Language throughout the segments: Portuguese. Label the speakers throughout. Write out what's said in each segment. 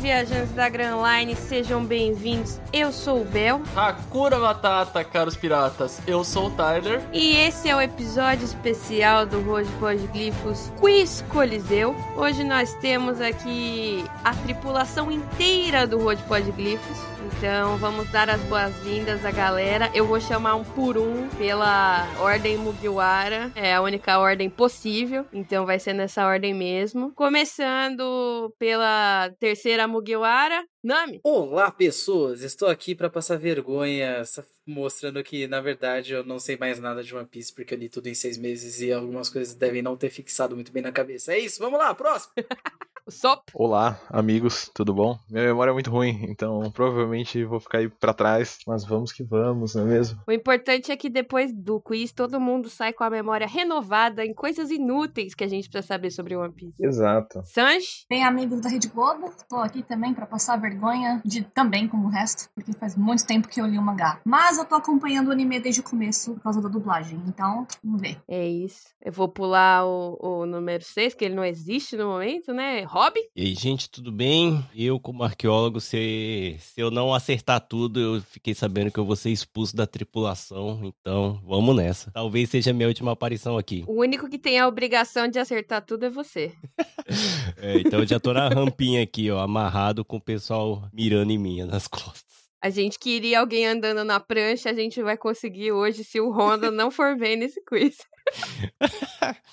Speaker 1: viajantes da Grand Line, sejam bem-vindos. Eu sou o Bel.
Speaker 2: Hakura Matata, caros piratas. Eu sou o Tyler.
Speaker 1: E esse é o episódio especial do Road Podglifos Quiz Coliseu. Hoje nós temos aqui a tripulação inteira do Road Podglifos. Então vamos dar as boas-vindas à galera. Eu vou chamar um por um pela ordem Mugiwara. É a única ordem possível. Então vai ser nessa ordem mesmo. Começando pela terceira Mugiwara. Nami,
Speaker 3: Olá, pessoas! Estou aqui para passar vergonha, sa- mostrando que, na verdade, eu não sei mais nada de One Piece, porque eu li tudo em seis meses e algumas coisas devem não ter fixado muito bem na cabeça. É isso, vamos lá, próximo!
Speaker 1: o Sop,
Speaker 4: Olá, amigos, tudo bom? Minha memória é muito ruim, então provavelmente vou ficar aí pra trás, mas vamos que vamos, não é mesmo?
Speaker 1: O importante é que depois do quiz todo mundo sai com a memória renovada em coisas inúteis que a gente precisa saber sobre One Piece.
Speaker 4: Exato.
Speaker 1: Sanji,
Speaker 5: Bem, amigos da Rede Globo, tô aqui também pra passar vergonha de também como o resto, porque faz muito tempo que eu li o mangá. Mas eu tô acompanhando o anime desde o começo por causa da dublagem, então vamos ver.
Speaker 1: é isso. Eu vou pular o, o número 6, que ele não existe no momento, né? Hobby?
Speaker 6: E aí, gente, tudo bem? Eu, como arqueólogo, se, se eu não acertar tudo, eu fiquei sabendo que eu vou ser expulso da tripulação. Então, vamos nessa. Talvez seja a minha última aparição aqui.
Speaker 1: O único que tem a obrigação de acertar tudo é você.
Speaker 6: É, então, eu já tô na rampinha aqui, ó, amarrado com o pessoal mirando em mim né, nas costas.
Speaker 1: A gente queria alguém andando na prancha, a gente vai conseguir hoje se o Honda não for bem nesse quiz.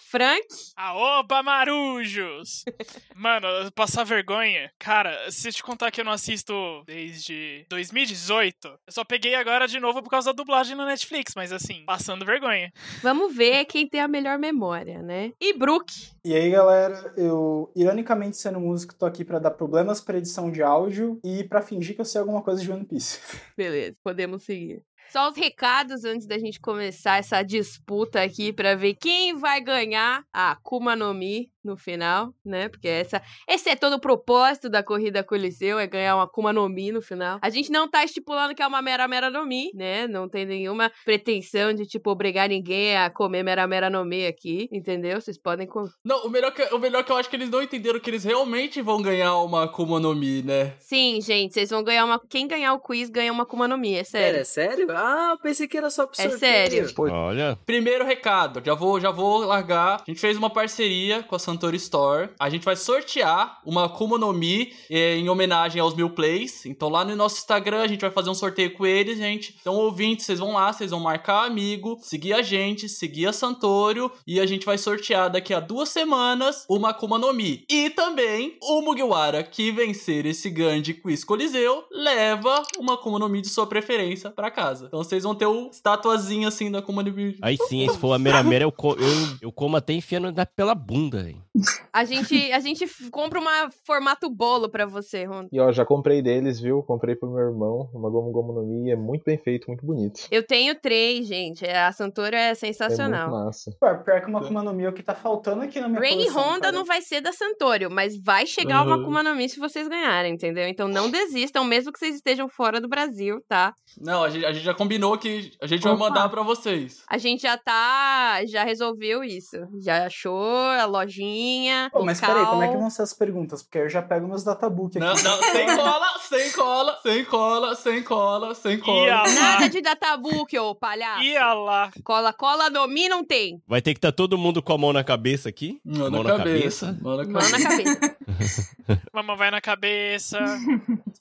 Speaker 1: Frank,
Speaker 7: Aoba, marujos! Mano, passar vergonha. Cara, se eu te contar que eu não assisto desde 2018, eu só peguei agora de novo por causa da dublagem na Netflix, mas assim, passando vergonha.
Speaker 1: vamos ver quem tem a melhor memória, né? E Brook,
Speaker 8: E aí, galera, eu, ironicamente sendo um músico, tô aqui pra dar problemas pra edição de áudio e pra fingir que eu sei alguma coisa de One Piece.
Speaker 1: beleza, podemos seguir. Só os recados antes da gente começar essa disputa aqui pra ver quem vai ganhar a Akuma no Mi no final, né? Porque essa, esse é todo o propósito da corrida Coliseu, é ganhar uma Akuma no Mi no final. A gente não tá estipulando que é uma mera mera no Mi, né? Não tem nenhuma pretensão de, tipo, obrigar ninguém a comer mera mera no Mi aqui, entendeu? Vocês podem... com-
Speaker 2: Não, o melhor, que, o melhor que eu acho que eles não entenderam que eles realmente vão ganhar uma Akuma no Mi, né?
Speaker 1: Sim, gente, vocês vão ganhar uma... Quem ganhar o quiz ganha uma Akuma no Mi, é sério.
Speaker 3: Pera, é sério? Ah, eu pensei que era só pro
Speaker 1: É
Speaker 3: sorteio.
Speaker 1: sério.
Speaker 4: Pô,
Speaker 6: Olha,
Speaker 2: Primeiro recado, já vou, já vou largar. A gente fez uma parceria com a Santori Store. A gente vai sortear uma Akuma no Mi eh, em homenagem aos mil plays. Então lá no nosso Instagram a gente vai fazer um sorteio com eles, gente. Então ouvintes, vocês vão lá, vocês vão marcar amigo, seguir a gente, seguir a Santório e a gente vai sortear daqui a duas semanas uma Akuma no Mi. E também o Mugiwara que vencer esse grande quiz Coliseu leva uma Akuma no Mi de sua preferência pra casa. Então vocês vão ter o estatuazinha assim da Akuma no Mi
Speaker 6: aí sim, se for a mera mera, eu, co- eu, eu como até enfiando na- pela bunda, velho.
Speaker 1: A gente, a gente f- compra uma formato bolo pra você, Ron.
Speaker 4: E ó, já comprei deles, viu? Comprei pro meu irmão, uma Gomu Gomu no Mi, é muito bem feito, muito bonito.
Speaker 1: Eu tenho três, gente. É, A Santoro é
Speaker 4: É
Speaker 1: sensacional.
Speaker 4: muito massa.
Speaker 8: Pô, é pior que uma Akuma no Mi é o que tá faltando aqui na minha
Speaker 1: Rain
Speaker 8: coleção,
Speaker 1: Honda
Speaker 8: cara.
Speaker 1: não vai ser da Santorio, mas vai chegar uma
Speaker 2: Uhum.
Speaker 1: Akuma no Mi se vocês ganharem, entendeu? Então não desistam, mesmo que vocês estejam fora do Brasil, tá?
Speaker 2: Não, a gente, a gente já combinou que a gente vai
Speaker 5: Opa.
Speaker 2: mandar pra vocês.
Speaker 1: A gente já tá. Já resolveu isso. Já achou a lojinha.
Speaker 8: Pô, mas
Speaker 1: local.
Speaker 8: peraí, como é que vão ser as perguntas? Porque aí eu já pego meus databook aqui.
Speaker 2: Não, não, sem cola, sem cola, sem cola, sem cola, sem cola.
Speaker 1: Nada
Speaker 7: Ia
Speaker 1: de databook, ô
Speaker 7: lá!
Speaker 5: Ah,
Speaker 1: palhaço.
Speaker 7: Ia lá!
Speaker 1: Cola, cola no Mi não tem.
Speaker 6: Vai ter que estar todo mundo com a mão na cabeça aqui?
Speaker 2: Mão na,
Speaker 6: Mão na
Speaker 2: cabeça.
Speaker 6: cabeça?
Speaker 2: Mão na
Speaker 1: Mão na
Speaker 2: cabeça.
Speaker 1: cabeça.
Speaker 7: Mamãe vai na cabeça.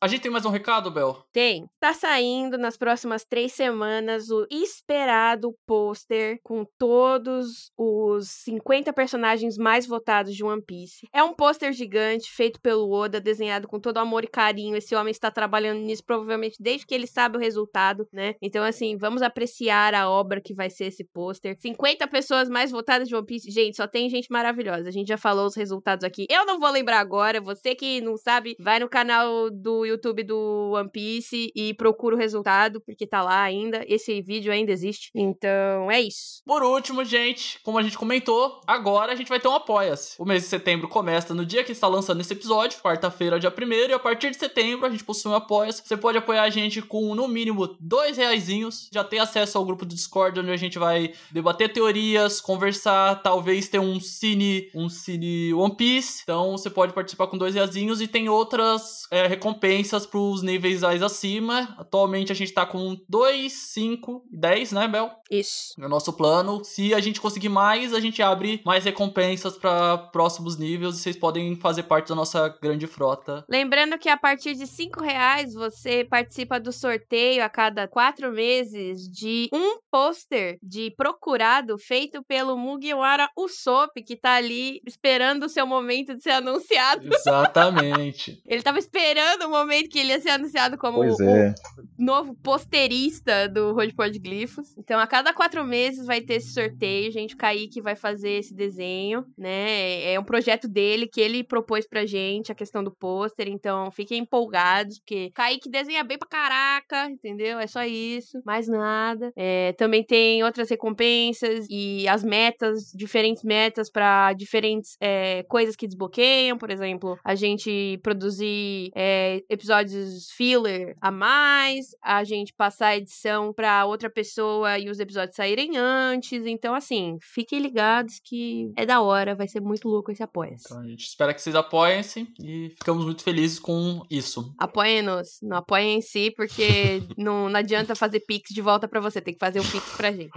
Speaker 2: A gente tem mais um recado, Bel?
Speaker 1: Tem. Tá saindo nas próximas três semanas o esperado pôster com todos os 50 personagens mais votados de One Piece. É um pôster gigante feito pelo Oda, desenhado com todo amor e carinho. Esse homem está trabalhando nisso provavelmente desde que ele sabe o resultado, né? Então, assim, vamos apreciar a obra que vai ser esse pôster. 50 pessoas mais votadas de One Piece. Gente, só tem gente maravilhosa. A gente já falou os resultados aqui. Eu não vou lembrar agora. Você que não sabe, vai no canal do YouTube do One Piece e procura o resultado, porque tá lá ainda. Esse vídeo ainda existe. Então, é isso.
Speaker 2: Por último, gente, como a gente comentou, agora a gente vai ter um Apoia-se. O mês de setembro começa no dia que está lançando esse episódio, quarta-feira, dia 1 e a partir de setembro a gente possui um Apoia-se. Você pode apoiar a gente com, no mínimo, dois reaisinhos. Já tem acesso ao grupo do Discord, onde a gente vai debater teorias, conversar, talvez ter um cine, um cine One Piece. Então você pode pode participar com dois reazinhos e tem outras é, recompensas pros níveis mais acima. Atualmente a gente tá com 2, 5 e 10, né, Bel?
Speaker 1: Isso.
Speaker 2: no nosso plano. Se a gente conseguir mais, a gente abre mais recompensas para próximos níveis e vocês podem fazer parte da nossa grande frota.
Speaker 1: Lembrando que a partir de cinco reais você participa do sorteio a cada quatro meses de um pôster de procurado feito pelo Mugiwara Usopp, que tá ali esperando o seu momento de ser anunciado.
Speaker 2: Exatamente.
Speaker 1: Ele tava esperando o momento que ele ia ser anunciado como
Speaker 4: Pois
Speaker 1: o-
Speaker 4: é.
Speaker 1: novo posterista do Road Pod Glifos. Então, a cada quatro meses vai ter esse sorteio, gente. O Kaique vai fazer esse desenho, né? É um projeto dele que ele propôs pra gente, a questão do pôster. Então, fiquem empolgados, porque Kaique desenha bem pra caraca, entendeu? É só isso, mais nada. É, também tem outras recompensas e as metas, diferentes metas pra diferentes é, coisas que desbloqueiam. Por exemplo, a gente produzir é, episódios filler a mais, a gente passar a edição pra outra pessoa e os episódios saírem antes. Então, assim, fiquem ligados que é da hora, vai ser muito louco esse apoia
Speaker 2: Então a gente espera que vocês apoiem-se e ficamos muito felizes com isso.
Speaker 1: Apoiem-nos, não apoiem em si, porque não, não adianta fazer pix de volta pra você, tem que fazer o pix pra gente.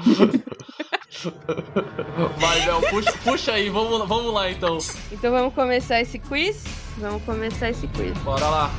Speaker 2: Vai, Bel, puxa, puxa aí, vamos, lá- vamos lá então.
Speaker 1: Então vamos começar esse quiz? Vamos começar esse quiz.
Speaker 2: Bora lá.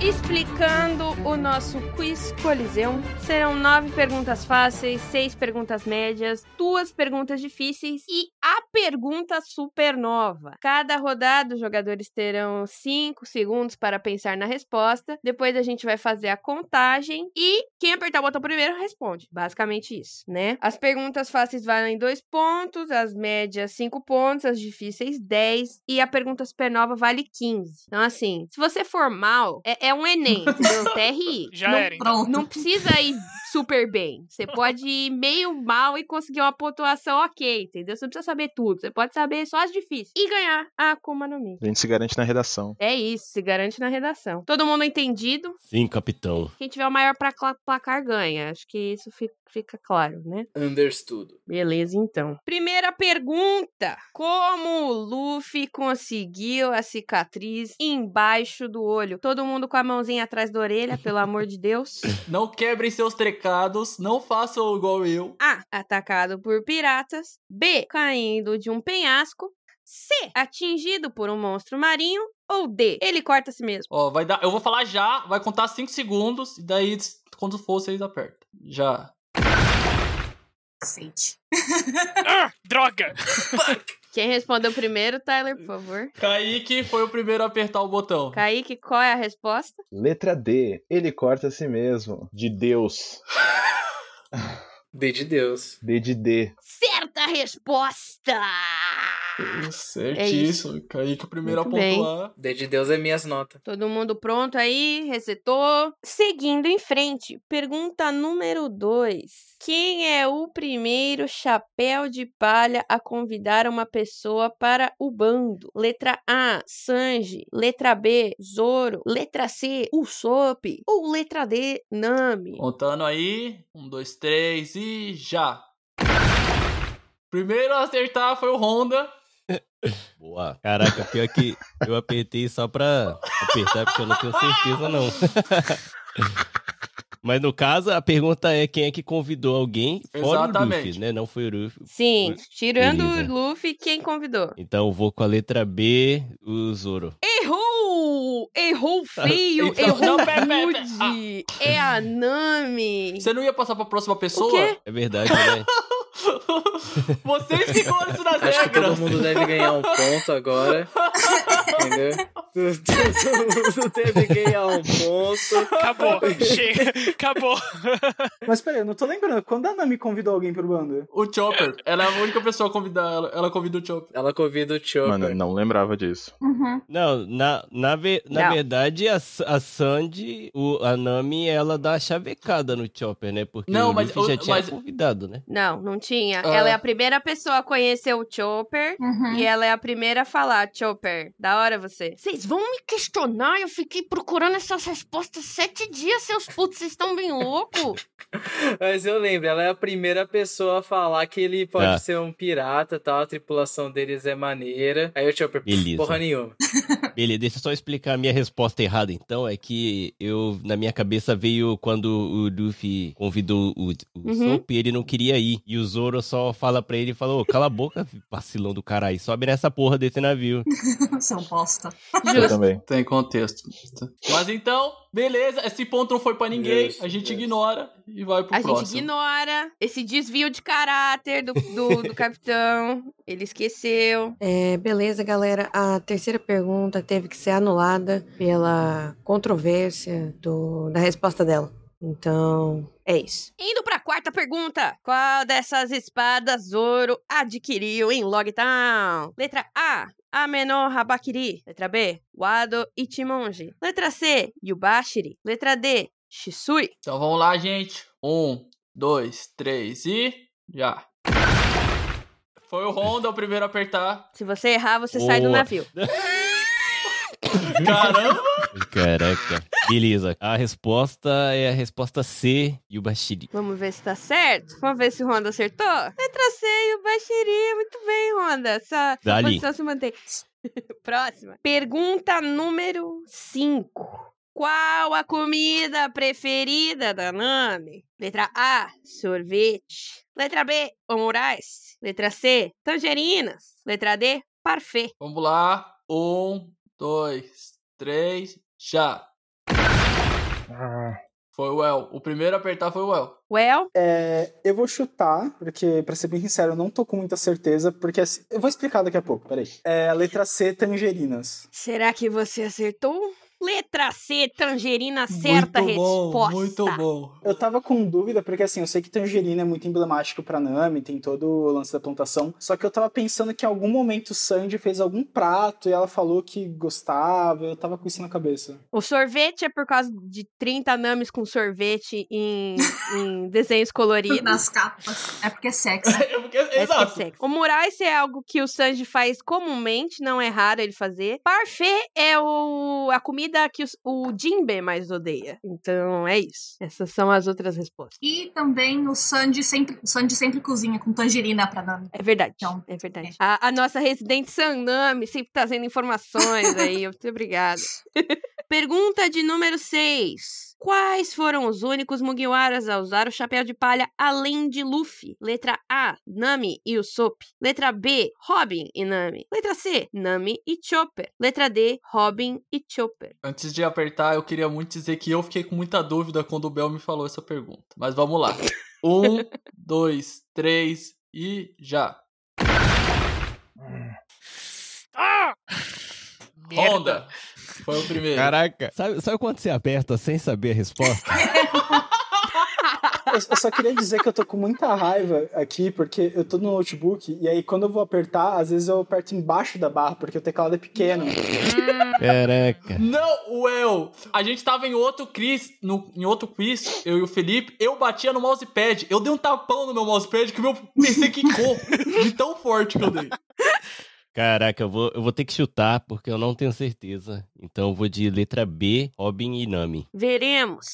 Speaker 1: Explicando o nosso quiz Coliseum, serão nove perguntas fáceis, seis perguntas médias, duas perguntas difíceis e a pergunta supernova. Cada rodada, os jogadores terão cinco segundos para pensar na resposta. Depois a gente vai fazer a contagem e quem apertar o botão primeiro responde. Basicamente isso, né? As perguntas fáceis valem dois pontos, as médias cinco pontos, as difíceis 10 e a pergunta supernova vale 15. Então, assim, se você for mal, é, é um Enem, entendeu? TRI.
Speaker 7: Já
Speaker 5: Não,
Speaker 7: era, então.
Speaker 5: pronto.
Speaker 1: Não precisa ir super bem. Você pode ir meio mal e conseguir uma pontuação ok, entendeu? Você não precisa saber tudo. Você pode saber só as difíceis. E ganhar a Akuma no Mi.
Speaker 4: A gente se garante na redação.
Speaker 1: É isso, se garante na redação. Todo mundo entendido?
Speaker 6: Sim, capitão.
Speaker 1: Quem tiver o maior pra cla- placar ganha. Acho que isso fi- fica claro, né?
Speaker 3: Understudo.
Speaker 1: Beleza, então. Primeira pergunta: Como o Luffy conseguiu a cicatriz embaixo do olho? Todo mundo com a mãozinha atrás da orelha, pelo amor de Deus.
Speaker 2: Não quebrem seus trecados, não façam igual eu.
Speaker 1: A. Atacado por piratas. B. Caindo de um penhasco. C. Atingido por um monstro marinho. Ou D. Ele corta a si mesmo.
Speaker 2: Ó, vai dar, eu vou falar já, vai contar 5 segundos e daí quando for vocês apertam. Já.
Speaker 5: Cacete.
Speaker 7: Ah, droga!
Speaker 1: Quem respondeu primeiro, Tyler, por favor?
Speaker 2: Kaique foi o primeiro a apertar o botão.
Speaker 1: Kaique, qual é a resposta?
Speaker 4: Letra D. Ele corta a si mesmo. De Deus.
Speaker 3: D de Deus.
Speaker 4: D de D.
Speaker 1: Certa resposta!
Speaker 2: Certíssimo, Kaique o primeiro
Speaker 1: É Muito
Speaker 2: a
Speaker 1: bem.
Speaker 2: pontuar.
Speaker 3: D de Deus é minhas notas.
Speaker 1: Todo mundo pronto aí? Resetou? Seguindo em frente, pergunta número 2. Quem é o primeiro chapéu de palha a convidar uma pessoa para o bando? Letra A, Sanji. Letra B, Zoro. Letra C, Usopp. Ou letra D, Nami?
Speaker 2: Contando aí. Um, dois, três e já. Primeiro a acertar foi o Honda.
Speaker 6: Boa. Caraca, pior que eu apertei só pra apertar, porque eu não tenho certeza, não. Mas no caso, a pergunta é quem é que convidou alguém fora o
Speaker 2: Exatamente.
Speaker 6: Luffy, né? Não foi o Luffy.
Speaker 1: Sim, tirando
Speaker 6: Beleza.
Speaker 1: o Luffy, quem convidou?
Speaker 6: Então eu vou com a letra B, o Zoro.
Speaker 1: Errou! Errou feio,
Speaker 2: Então-
Speaker 1: errou
Speaker 2: Não, pera, pera, pera.
Speaker 1: rude! É a Nami!
Speaker 2: Você não ia passar pra próxima pessoa?
Speaker 1: O quê?
Speaker 6: É verdade, né?
Speaker 2: Vocês que gostam das
Speaker 3: Acho que todo
Speaker 2: regras.
Speaker 3: mundo deve ganhar um ponto agora. Entendeu? Todo mundo deve ganhar um ponto.
Speaker 7: Acabou. Chega. Acabou.
Speaker 8: Mas peraí, eu não tô lembrando. Quando a Nami convidou alguém pro bando?
Speaker 2: O Chopper. Ela é a única pessoa a convidar. Ela, ela convida o Chopper.
Speaker 3: Ela convida o Chopper.
Speaker 4: Mano, eu não lembrava disso.
Speaker 5: Uhum.
Speaker 6: Não, na, na, ve- na
Speaker 1: Não.
Speaker 6: verdade, a, S- a Sandy, o, a Nami, ela dá a chavecada no Chopper, né? Porque
Speaker 2: Não,
Speaker 6: o
Speaker 2: mas
Speaker 6: Luffy
Speaker 2: o-
Speaker 6: já tinha
Speaker 2: mas-
Speaker 6: convidado, né?
Speaker 1: Não, não tinha.
Speaker 2: Ah.
Speaker 1: Ela é a primeira pessoa a conhecer o Chopper.
Speaker 5: Uhum.
Speaker 1: Hum. E ela é a primeira a falar, Chopper, da hora você. Vocês Vocês vão me questionar? Eu fiquei procurando essas respostas sete dias, seus putos. Vocês estão bem loucos?
Speaker 3: Mas eu lembro, ela é a primeira pessoa a falar que ele pode
Speaker 6: Tá.
Speaker 3: ser um pirata tal, a tripulação deles é maneira. Aí o Chopper,
Speaker 6: Beleza.
Speaker 3: porra nenhuma.
Speaker 6: Beleza, deixa eu só explicar a minha resposta errada, então. É que eu, na minha cabeça, veio quando o Luffy convidou o, o
Speaker 1: Uhum.
Speaker 6: Soap e ele não queria ir. E o Zoro só fala pra ele e falou: cala a boca, vacilão do caralho, sobe nessa porra desse navio.
Speaker 5: Seu é um bosta.
Speaker 4: Eu
Speaker 1: Justo.
Speaker 4: também.
Speaker 2: Tem contexto.
Speaker 3: né?
Speaker 2: Mas então, beleza, esse ponto não foi pra ninguém,
Speaker 3: Yes,
Speaker 2: a gente
Speaker 3: yes.
Speaker 2: ignora e vai pro
Speaker 1: A
Speaker 2: próximo.
Speaker 1: gente ignora esse desvio de caráter do, do, do capitão. Ele esqueceu.
Speaker 9: É, beleza, galera. A terceira pergunta teve que ser anulada pela controvérsia do- da resposta dela. Então, é isso.
Speaker 1: Indo pra quarta pergunta. Qual dessas espadas Zoro adquiriu em Logtown? Letra A. Amenon Habakiri. Letra B. Wado Ichimonji. Letra C. Yubashiri. Letra D. Shisui.
Speaker 2: Então vamos lá, gente. Um, dois, três e. Já. Foi o Honda o primeiro a apertar.
Speaker 1: Se você errar, você sai do
Speaker 6: Boa.
Speaker 1: navio.
Speaker 2: Caramba!
Speaker 6: Caraca. Beleza, a resposta é a resposta C e o Bashiri.
Speaker 1: Vamos ver se tá certo? Vamos ver se o Honda acertou? Letra C, Yubashiri. Muito bem, Honda. Sua, sua
Speaker 6: Dali.
Speaker 1: posição se mantém. Próxima. Pergunta número 5. Qual a comida preferida da Nami? Letra A, sorvete. Letra B, omurais. Letra C, tangerinas. Letra D, parfait.
Speaker 2: Vamos lá. Um, dois, três, já. Foi o El. O primeiro a apertar foi o El.
Speaker 1: Well,
Speaker 8: É, eu vou chutar, porque, pra ser bem sincero, eu não tô com muita certeza, porque assim- eu vou explicar daqui a pouco, peraí. É, a letra C, tangerinas.
Speaker 1: será que você acertou? Letra C, tangerina, certa resposta.
Speaker 2: bom.
Speaker 8: Eu tava com dúvida, porque assim, eu sei que tangerina é muito emblemático pra Nami, tem todo o lance da plantação, só que eu tava pensando que em algum momento o Sanji fez algum prato e ela falou que gostava, eu tava com isso na cabeça.
Speaker 1: O sorvete é por causa de 30 names com sorvete em, em desenhos coloridos.
Speaker 5: Nas capas. É porque é sexy.
Speaker 1: É porque é
Speaker 2: Exato.
Speaker 1: sexy. O Murais é algo que o Sanji faz comumente, não é raro ele fazer. Parfait é o, a comida que os- o Jinbe mais odeia. Então é isso. Essas são as outras respostas.
Speaker 5: E também o Sandy sempre, o Sandy sempre cozinha com tangerina pra Nami.
Speaker 1: É verdade.
Speaker 5: Então,
Speaker 1: é verdade. A, a nossa residente Sanami sempre trazendo informações aí. Muito obrigada. Pergunta de número 6. Quais foram os únicos Mugiwaras a usar o chapéu de palha além de Luffy? Letra A, Nami e Usopp. Letra B, Robin e Nami. Letra C, Nami e Chopper. Letra D, Robin e Chopper.
Speaker 2: Antes de apertar, eu queria muito dizer que eu fiquei com muita dúvida quando o Bel me falou essa pergunta. Mas vamos lá. Um, dois, três e já.
Speaker 7: Ah! Merda.
Speaker 2: Honda! Foi o primeiro.
Speaker 6: Caraca. Sabe, sabe quando você aperta sem saber a resposta?
Speaker 8: Eu, eu só queria dizer que eu tô com muita raiva aqui, porque eu tô no notebook, e aí quando eu vou apertar, às vezes eu aperto embaixo da barra, porque o teclado é pequeno.
Speaker 6: Caraca.
Speaker 2: Não, Well! A gente tava em outro quiz, no- em outro quiz, eu e o Felipe, eu batia no mousepad. Eu dei um tapão no meu mousepad que o meu PC quicou de tão forte que eu dei.
Speaker 6: Caraca, eu vou, eu vou ter que chutar porque eu não tenho certeza. Então eu vou de letra B, Robin e Nami.
Speaker 1: Veremos.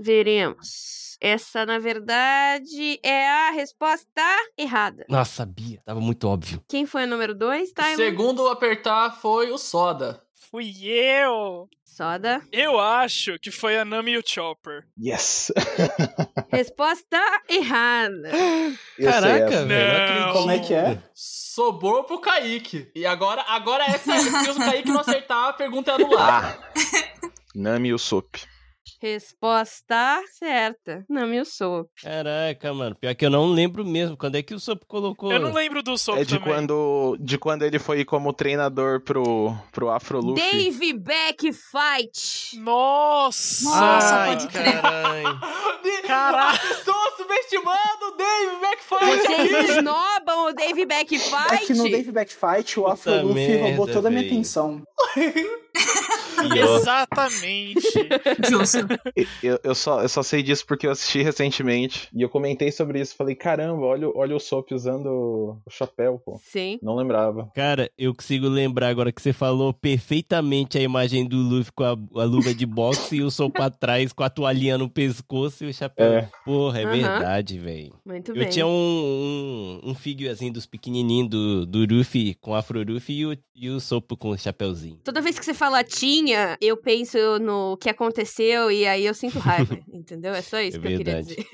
Speaker 1: Veremos. Essa, na verdade, é a resposta errada.
Speaker 6: Nossa, sabia. Tava muito óbvio.
Speaker 1: Quem foi o número 2,
Speaker 2: O
Speaker 1: Tyler?
Speaker 2: segundo a apertar foi o Soda.
Speaker 7: Fui eu!
Speaker 1: Soda.
Speaker 7: Eu acho que foi a Nami e o Chopper.
Speaker 4: Yes!
Speaker 1: Resposta errada.
Speaker 4: Eu sei é essa.
Speaker 7: Não.
Speaker 8: Como é que é?
Speaker 2: Sobrou pro Kaique. E agora, agora essa é Se o Kaique não acertar, a pergunta é
Speaker 4: Ah.
Speaker 2: anulada.
Speaker 4: Nami e o Sop.
Speaker 1: Resposta certa. Não me soube.
Speaker 6: Caraca, mano. Pior que eu não lembro mesmo. Quando é que o Sop colocou?
Speaker 7: Eu não lembro do Soap
Speaker 4: É de
Speaker 7: também.
Speaker 4: quando, de quando ele foi como treinador pro, pro Afro Luffy.
Speaker 1: Dave Beck Fight.
Speaker 7: Nossa!
Speaker 5: Nossa,
Speaker 6: Ai,
Speaker 5: pode crer.
Speaker 6: caralho.
Speaker 7: Caralho!
Speaker 2: Estou subestimando o Dave é McFarlane.
Speaker 1: Vocês esnobam o Dave Beck
Speaker 8: É que no
Speaker 1: Fight?
Speaker 8: Dave Back Fight, o
Speaker 6: Puta
Speaker 8: Afro Luffy roubou
Speaker 6: merda,
Speaker 8: toda a minha
Speaker 6: véi.
Speaker 8: atenção.
Speaker 4: pior.
Speaker 7: Exatamente.
Speaker 5: Justo.
Speaker 4: Eu, eu, só, eu só sei disso porque eu assisti recentemente e eu comentei sobre isso. Falei, caramba, olha, o- olha o Sop usando o chapéu, pô.
Speaker 1: Sim.
Speaker 4: Não lembrava.
Speaker 6: Cara, eu consigo lembrar agora que você falou perfeitamente a imagem do Luffy com a, a luva de boxe e o sol pra trás com a toalhinha no pescoço e o chapéu.
Speaker 4: É.
Speaker 6: Porra, é
Speaker 1: Aham.
Speaker 6: verdade, velho.
Speaker 1: Muito
Speaker 6: Eu
Speaker 1: bem.
Speaker 6: tinha um, um, um figure assim dos pequenininhos do, do Ruffy com afro Ruffy e o, e o Sopo com o chapéuzinho.
Speaker 1: Toda vez que você fala tinha, eu penso no que aconteceu e aí eu sinto raiva, entendeu? É só isso
Speaker 6: É
Speaker 1: que eu queria
Speaker 6: verdade.
Speaker 1: dizer.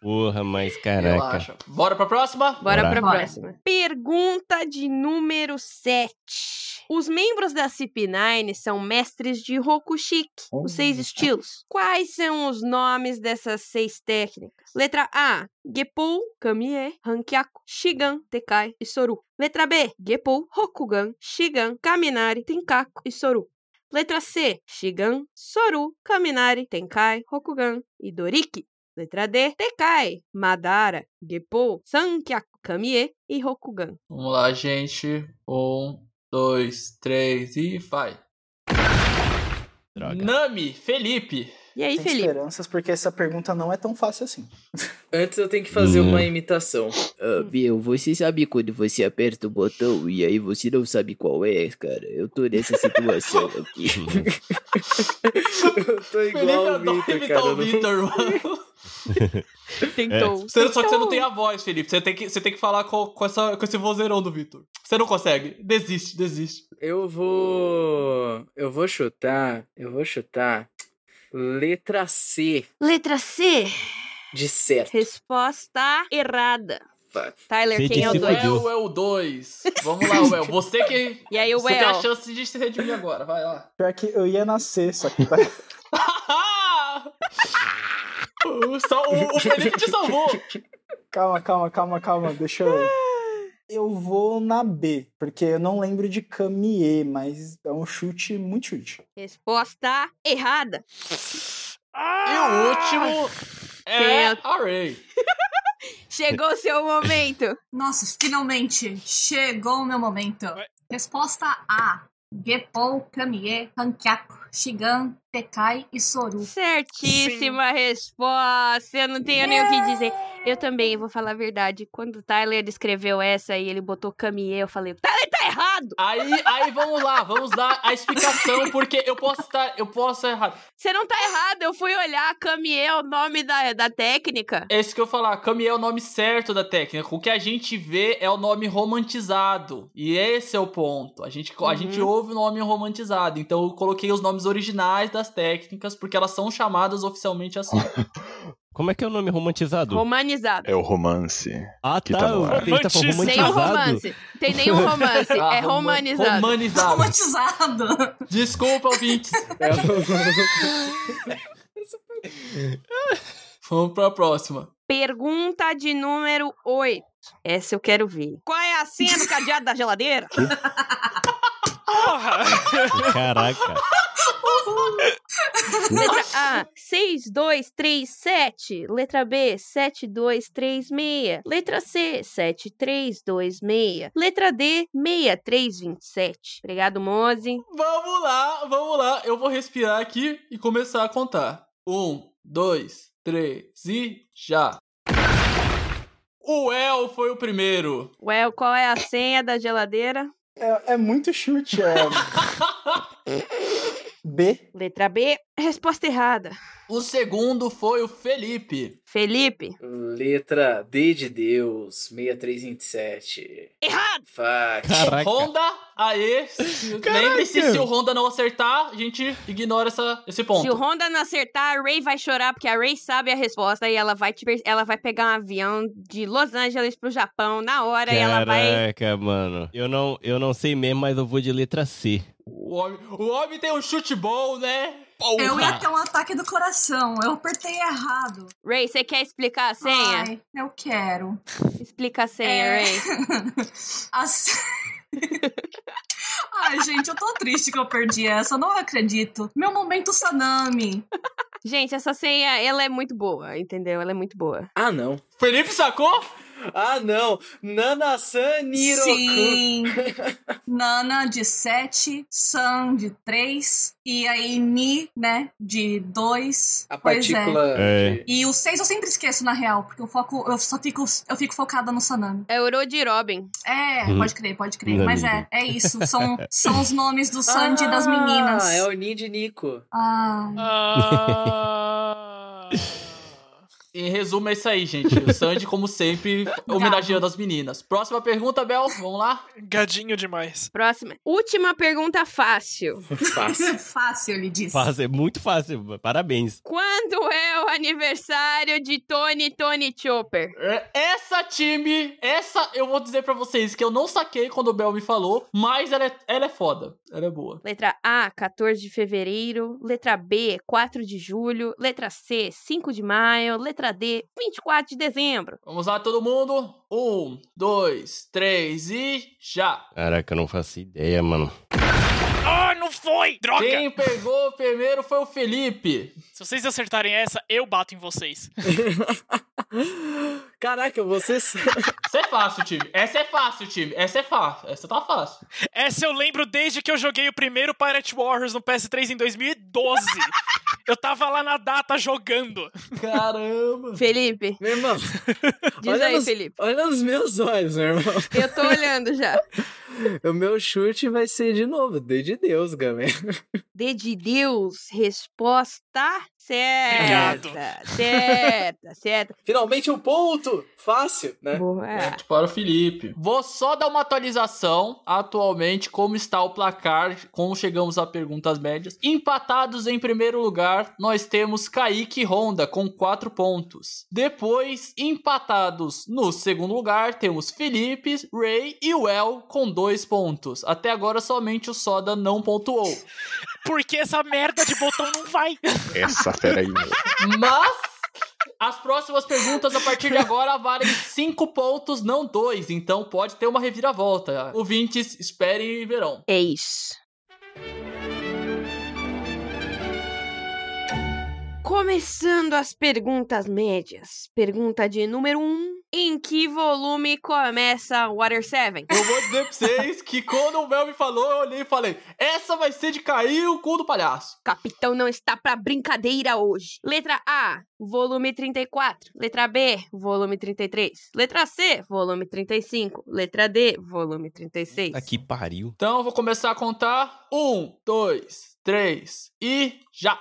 Speaker 6: Porra, mas
Speaker 2: Eu
Speaker 6: caraca.
Speaker 2: acho. Bora pra próxima?
Speaker 1: Bora
Speaker 6: Bora.
Speaker 1: pra
Speaker 5: Bora.
Speaker 1: próxima. Pergunta de número 7. Os membros da CP9 são mestres de Rokushiki,
Speaker 4: Hum.
Speaker 1: os seis estilos. Quais são os nomes dessas seis técnicas? Letra A: Gepou, Kamie, Hankyaku, Shigan, Tekai e Soru. Letra B: Gepou, Rokugan, Shigan, Kaminari, Tenkaku e Soru. Letra C: Shigan, Soru, Kaminari, Tenkai, Rokugan e Doriki. Letra D, Tekai, Madara, Gepo, Sankyaku, Kamie e Rokugan.
Speaker 2: Vamos lá, gente. Um, dois, três e vai.
Speaker 6: Droga.
Speaker 2: Nami, Felipe.
Speaker 1: E aí,
Speaker 8: Tem
Speaker 1: Felipe?
Speaker 8: esperanças, porque essa pergunta não é tão fácil assim.
Speaker 10: Antes eu tenho que fazer uma
Speaker 6: Hum.
Speaker 10: imitação. Ah, Biel, você sabe quando você aperta o botão e aí você não sabe qual é, cara? Eu tô nessa situação aqui. eu tô
Speaker 2: Felipe
Speaker 10: igual ao
Speaker 2: adora
Speaker 10: Vitor,
Speaker 2: imitar
Speaker 10: cara.
Speaker 2: o
Speaker 10: eu não-
Speaker 2: Vitor, mano.
Speaker 1: Tentou.
Speaker 2: Você- só É. que você
Speaker 1: Tentou.
Speaker 2: não tem a voz, Felipe. Você tem que, você tem que falar com, com, essa, com esse vozeirão do Vitor. Você não consegue. Desiste, desiste.
Speaker 10: Eu vou... Eu vou chutar... Eu vou chutar... Letra C,
Speaker 1: Letra C,
Speaker 10: de certo.
Speaker 1: resposta errada.
Speaker 10: Fuck.
Speaker 1: Tyler,
Speaker 6: Sei
Speaker 1: quem
Speaker 6: que
Speaker 1: é o
Speaker 6: se
Speaker 2: Well,
Speaker 1: dois?
Speaker 6: fudeu.
Speaker 2: well 2. Vamos lá, Well. Você que.
Speaker 1: E aí, é o
Speaker 2: Você tem a
Speaker 1: Well?
Speaker 2: chance de se redimir agora. Vai lá.
Speaker 8: Pior que eu ia nascer, só que tá.
Speaker 2: O sal- o, o Felipe te salvou.
Speaker 8: Calma, calma, calma, calma, deixa eu. Eu vou na B, porque eu não lembro de Camie, mas é um chute, muito chute.
Speaker 1: Resposta errada.
Speaker 2: E o último é
Speaker 1: Quem é?
Speaker 2: a Ray.
Speaker 1: Chegou o seu momento.
Speaker 5: Nossa, finalmente chegou o meu momento.
Speaker 7: Ué.
Speaker 5: Resposta A: Gepou, Kamie, Hankyaku, Shigan, Tekai e Soru.
Speaker 1: Certíssima resposta. Eu não tenho nem o que dizer. Eu também vou falar a verdade. Quando o Tyler descreveu essa e ele botou Camille, eu falei: Tyler tá errado!
Speaker 2: Aí, aí vamos lá, vamos dar a explicação, porque eu posso estar. Eu posso errar.
Speaker 1: Você não tá errado, eu fui olhar, Camille é o nome da, da técnica.
Speaker 2: É isso que eu ia falar. Kami é o nome certo da técnica. O que a gente vê é o nome romantizado. E esse é o ponto. A gente, a
Speaker 1: Uhum.
Speaker 2: gente ouve o nome romantizado. Então eu coloquei os nomes originais das técnicas, porque elas são chamadas oficialmente assim.
Speaker 6: Como é que é o nome romantizado?
Speaker 1: Romanizado.
Speaker 4: É o romance.
Speaker 6: Ah,
Speaker 4: Que
Speaker 6: tá.
Speaker 4: tá no
Speaker 6: o
Speaker 4: ar.
Speaker 6: texto tá
Speaker 7: Romantizado.
Speaker 1: Nenhum
Speaker 6: romantizado.
Speaker 1: romance. Tem nenhum romance.
Speaker 2: Ah,
Speaker 1: é
Speaker 2: roma-
Speaker 1: romanizado.
Speaker 2: Romanizado.
Speaker 5: Traumatizado!
Speaker 2: Desculpa, ouvintes.
Speaker 10: É
Speaker 2: Vamos pra próxima.
Speaker 1: Pergunta de número 8. Essa eu quero ver. Qual é a senha do cadeado da geladeira?
Speaker 7: Porra!
Speaker 6: Caraca.
Speaker 1: Letra A, 6237. Letra B, 7236. Letra C, 7326. Letra D, 6327. Obrigado, Mozi.
Speaker 2: Vamos lá, vamos lá. Eu vou respirar aqui e começar a contar. Um, dois, três e já. O El foi o primeiro.
Speaker 1: Well, qual é a senha da geladeira?
Speaker 8: É, é muito chute, é. B.
Speaker 1: Letra B, resposta errada.
Speaker 2: O segundo foi o Felipe.
Speaker 1: Felipe,
Speaker 10: Letra D de Deus, 6327.
Speaker 1: errado!
Speaker 10: Fuck.
Speaker 6: Caraca.
Speaker 2: Honda, aê. se- Lembre-se, se o Honda não acertar, a gente ignora essa, esse
Speaker 1: Se o
Speaker 2: ponto.
Speaker 1: Honda não acertar, a Ray vai chorar, porque a Ray sabe a resposta e ela vai, te per- ela vai pegar um avião de Los Angeles pro Japão na hora e ela vai.
Speaker 6: Caraca, mano. Eu não, eu não sei mesmo, mas eu vou de letra C.
Speaker 2: O homem, o homem tem um chute bom, né?
Speaker 5: Eu ia ter um ataque do coração, eu apertei errado.
Speaker 1: Ray, você quer explicar a senha?
Speaker 5: Ai, eu quero.
Speaker 1: Explica a senha,
Speaker 5: É.
Speaker 1: Ray.
Speaker 5: A se- Ai, gente, eu tô triste que eu perdi essa, eu não acredito. Meu momento Sanami.
Speaker 1: Gente, essa senha, ela é muito boa, entendeu? Ela é muito boa.
Speaker 10: Ah, não.
Speaker 2: Felipe sacou?
Speaker 3: Ah, não! Nana-san Niroku!
Speaker 5: Sim. Nana de 7, San de 3, e aí Ni, né, de 2.
Speaker 3: A
Speaker 5: Pois é.
Speaker 3: partícula.
Speaker 6: É.
Speaker 3: de-
Speaker 5: E o 6 eu sempre esqueço, na real, porque eu foco, eu só fico, eu fico focada no Sanami.
Speaker 1: É Oro de Robin.
Speaker 5: É,
Speaker 6: Hum.
Speaker 5: pode crer, pode crer.
Speaker 6: Não,
Speaker 5: Mas
Speaker 6: amigo.
Speaker 5: é, é isso. São, são os nomes do Sandy e das meninas.
Speaker 3: Ah, é o Ni de Nico.
Speaker 5: Ah,
Speaker 7: Ah.
Speaker 2: Em resumo, é isso aí, gente. O Sandy, como sempre, homenageando as meninas. Próxima pergunta, Bel. Vamos lá?
Speaker 7: Gadinho demais.
Speaker 1: Próxima. Última pergunta fácil.
Speaker 3: Fácil.
Speaker 5: é fácil, ele disse.
Speaker 6: Fácil, é muito fácil, parabéns.
Speaker 1: Quando é o aniversário de Tony Tony Chopper?
Speaker 2: É, Essa time, essa eu vou dizer pra vocês que eu não saquei quando o Bel me falou, mas ela é, ela é foda. Ela é boa.
Speaker 1: Letra A, 14 de fevereiro. Letra B, 4 de julho. Letra C, 5 de maio. Letra D, 24 de dezembro.
Speaker 2: Vamos lá, todo mundo? Um, dois, três e já!
Speaker 6: Caraca, eu não faço ideia, mano.
Speaker 7: Ah, não foi! Droga!
Speaker 2: Quem pegou primeiro foi o Felipe.
Speaker 7: Se vocês acertarem essa, eu bato em vocês.
Speaker 3: Caraca, vocês.
Speaker 2: Essa é fácil, time. Essa é fácil, time. Essa é fácil. Essa tá fácil.
Speaker 7: Essa eu lembro desde que eu joguei o primeiro Pirate Warriors no PS3 em 2012. eu tava lá na data jogando.
Speaker 2: Caramba.
Speaker 1: Felipe,
Speaker 3: Meu irmão,
Speaker 1: diz
Speaker 3: Olha
Speaker 1: aí,
Speaker 3: nos-
Speaker 1: Felipe.
Speaker 3: olha nos meus olhos, meu irmão.
Speaker 1: Eu tô olhando já.
Speaker 3: O meu chute vai ser de novo, D de Deus, galera.
Speaker 1: D de Deus, resposta certa.
Speaker 7: Obrigado.
Speaker 1: Certa, certa.
Speaker 3: Finalmente um ponto! Fácil, né?
Speaker 1: Boa.
Speaker 2: Para Tipo, o Felipe. Vou só dar uma atualização atualmente como está o placar, como chegamos a perguntas médias. Empatados em primeiro lugar, nós temos Kaique e Honda com 4 pontos. Depois, empatados no segundo lugar, temos Felipe, Ray e Well com 2 pontos. Até agora somente o Soda não pontuou.
Speaker 7: Porque essa merda de botão não vai.
Speaker 4: Essa fera aí, meu.
Speaker 2: Mas as próximas perguntas a partir de agora valem 5 pontos, não 2. Então pode ter uma reviravolta. Ouvintes, esperem e verão.
Speaker 1: É isso. Começando as perguntas médias. Pergunta de número 1. Um, em que volume começa Water 7?
Speaker 2: Eu vou dizer pra vocês que quando o Mel me falou, eu olhei e falei: Essa vai ser de cair o cu do palhaço.
Speaker 1: Capitão não está pra brincadeira hoje. Letra A, volume 34. Letra B, volume 33. Letra C, volume 35. Letra D, volume 36.
Speaker 6: Tá que pariu.
Speaker 2: Então eu vou começar a contar. Um, dois, três e já!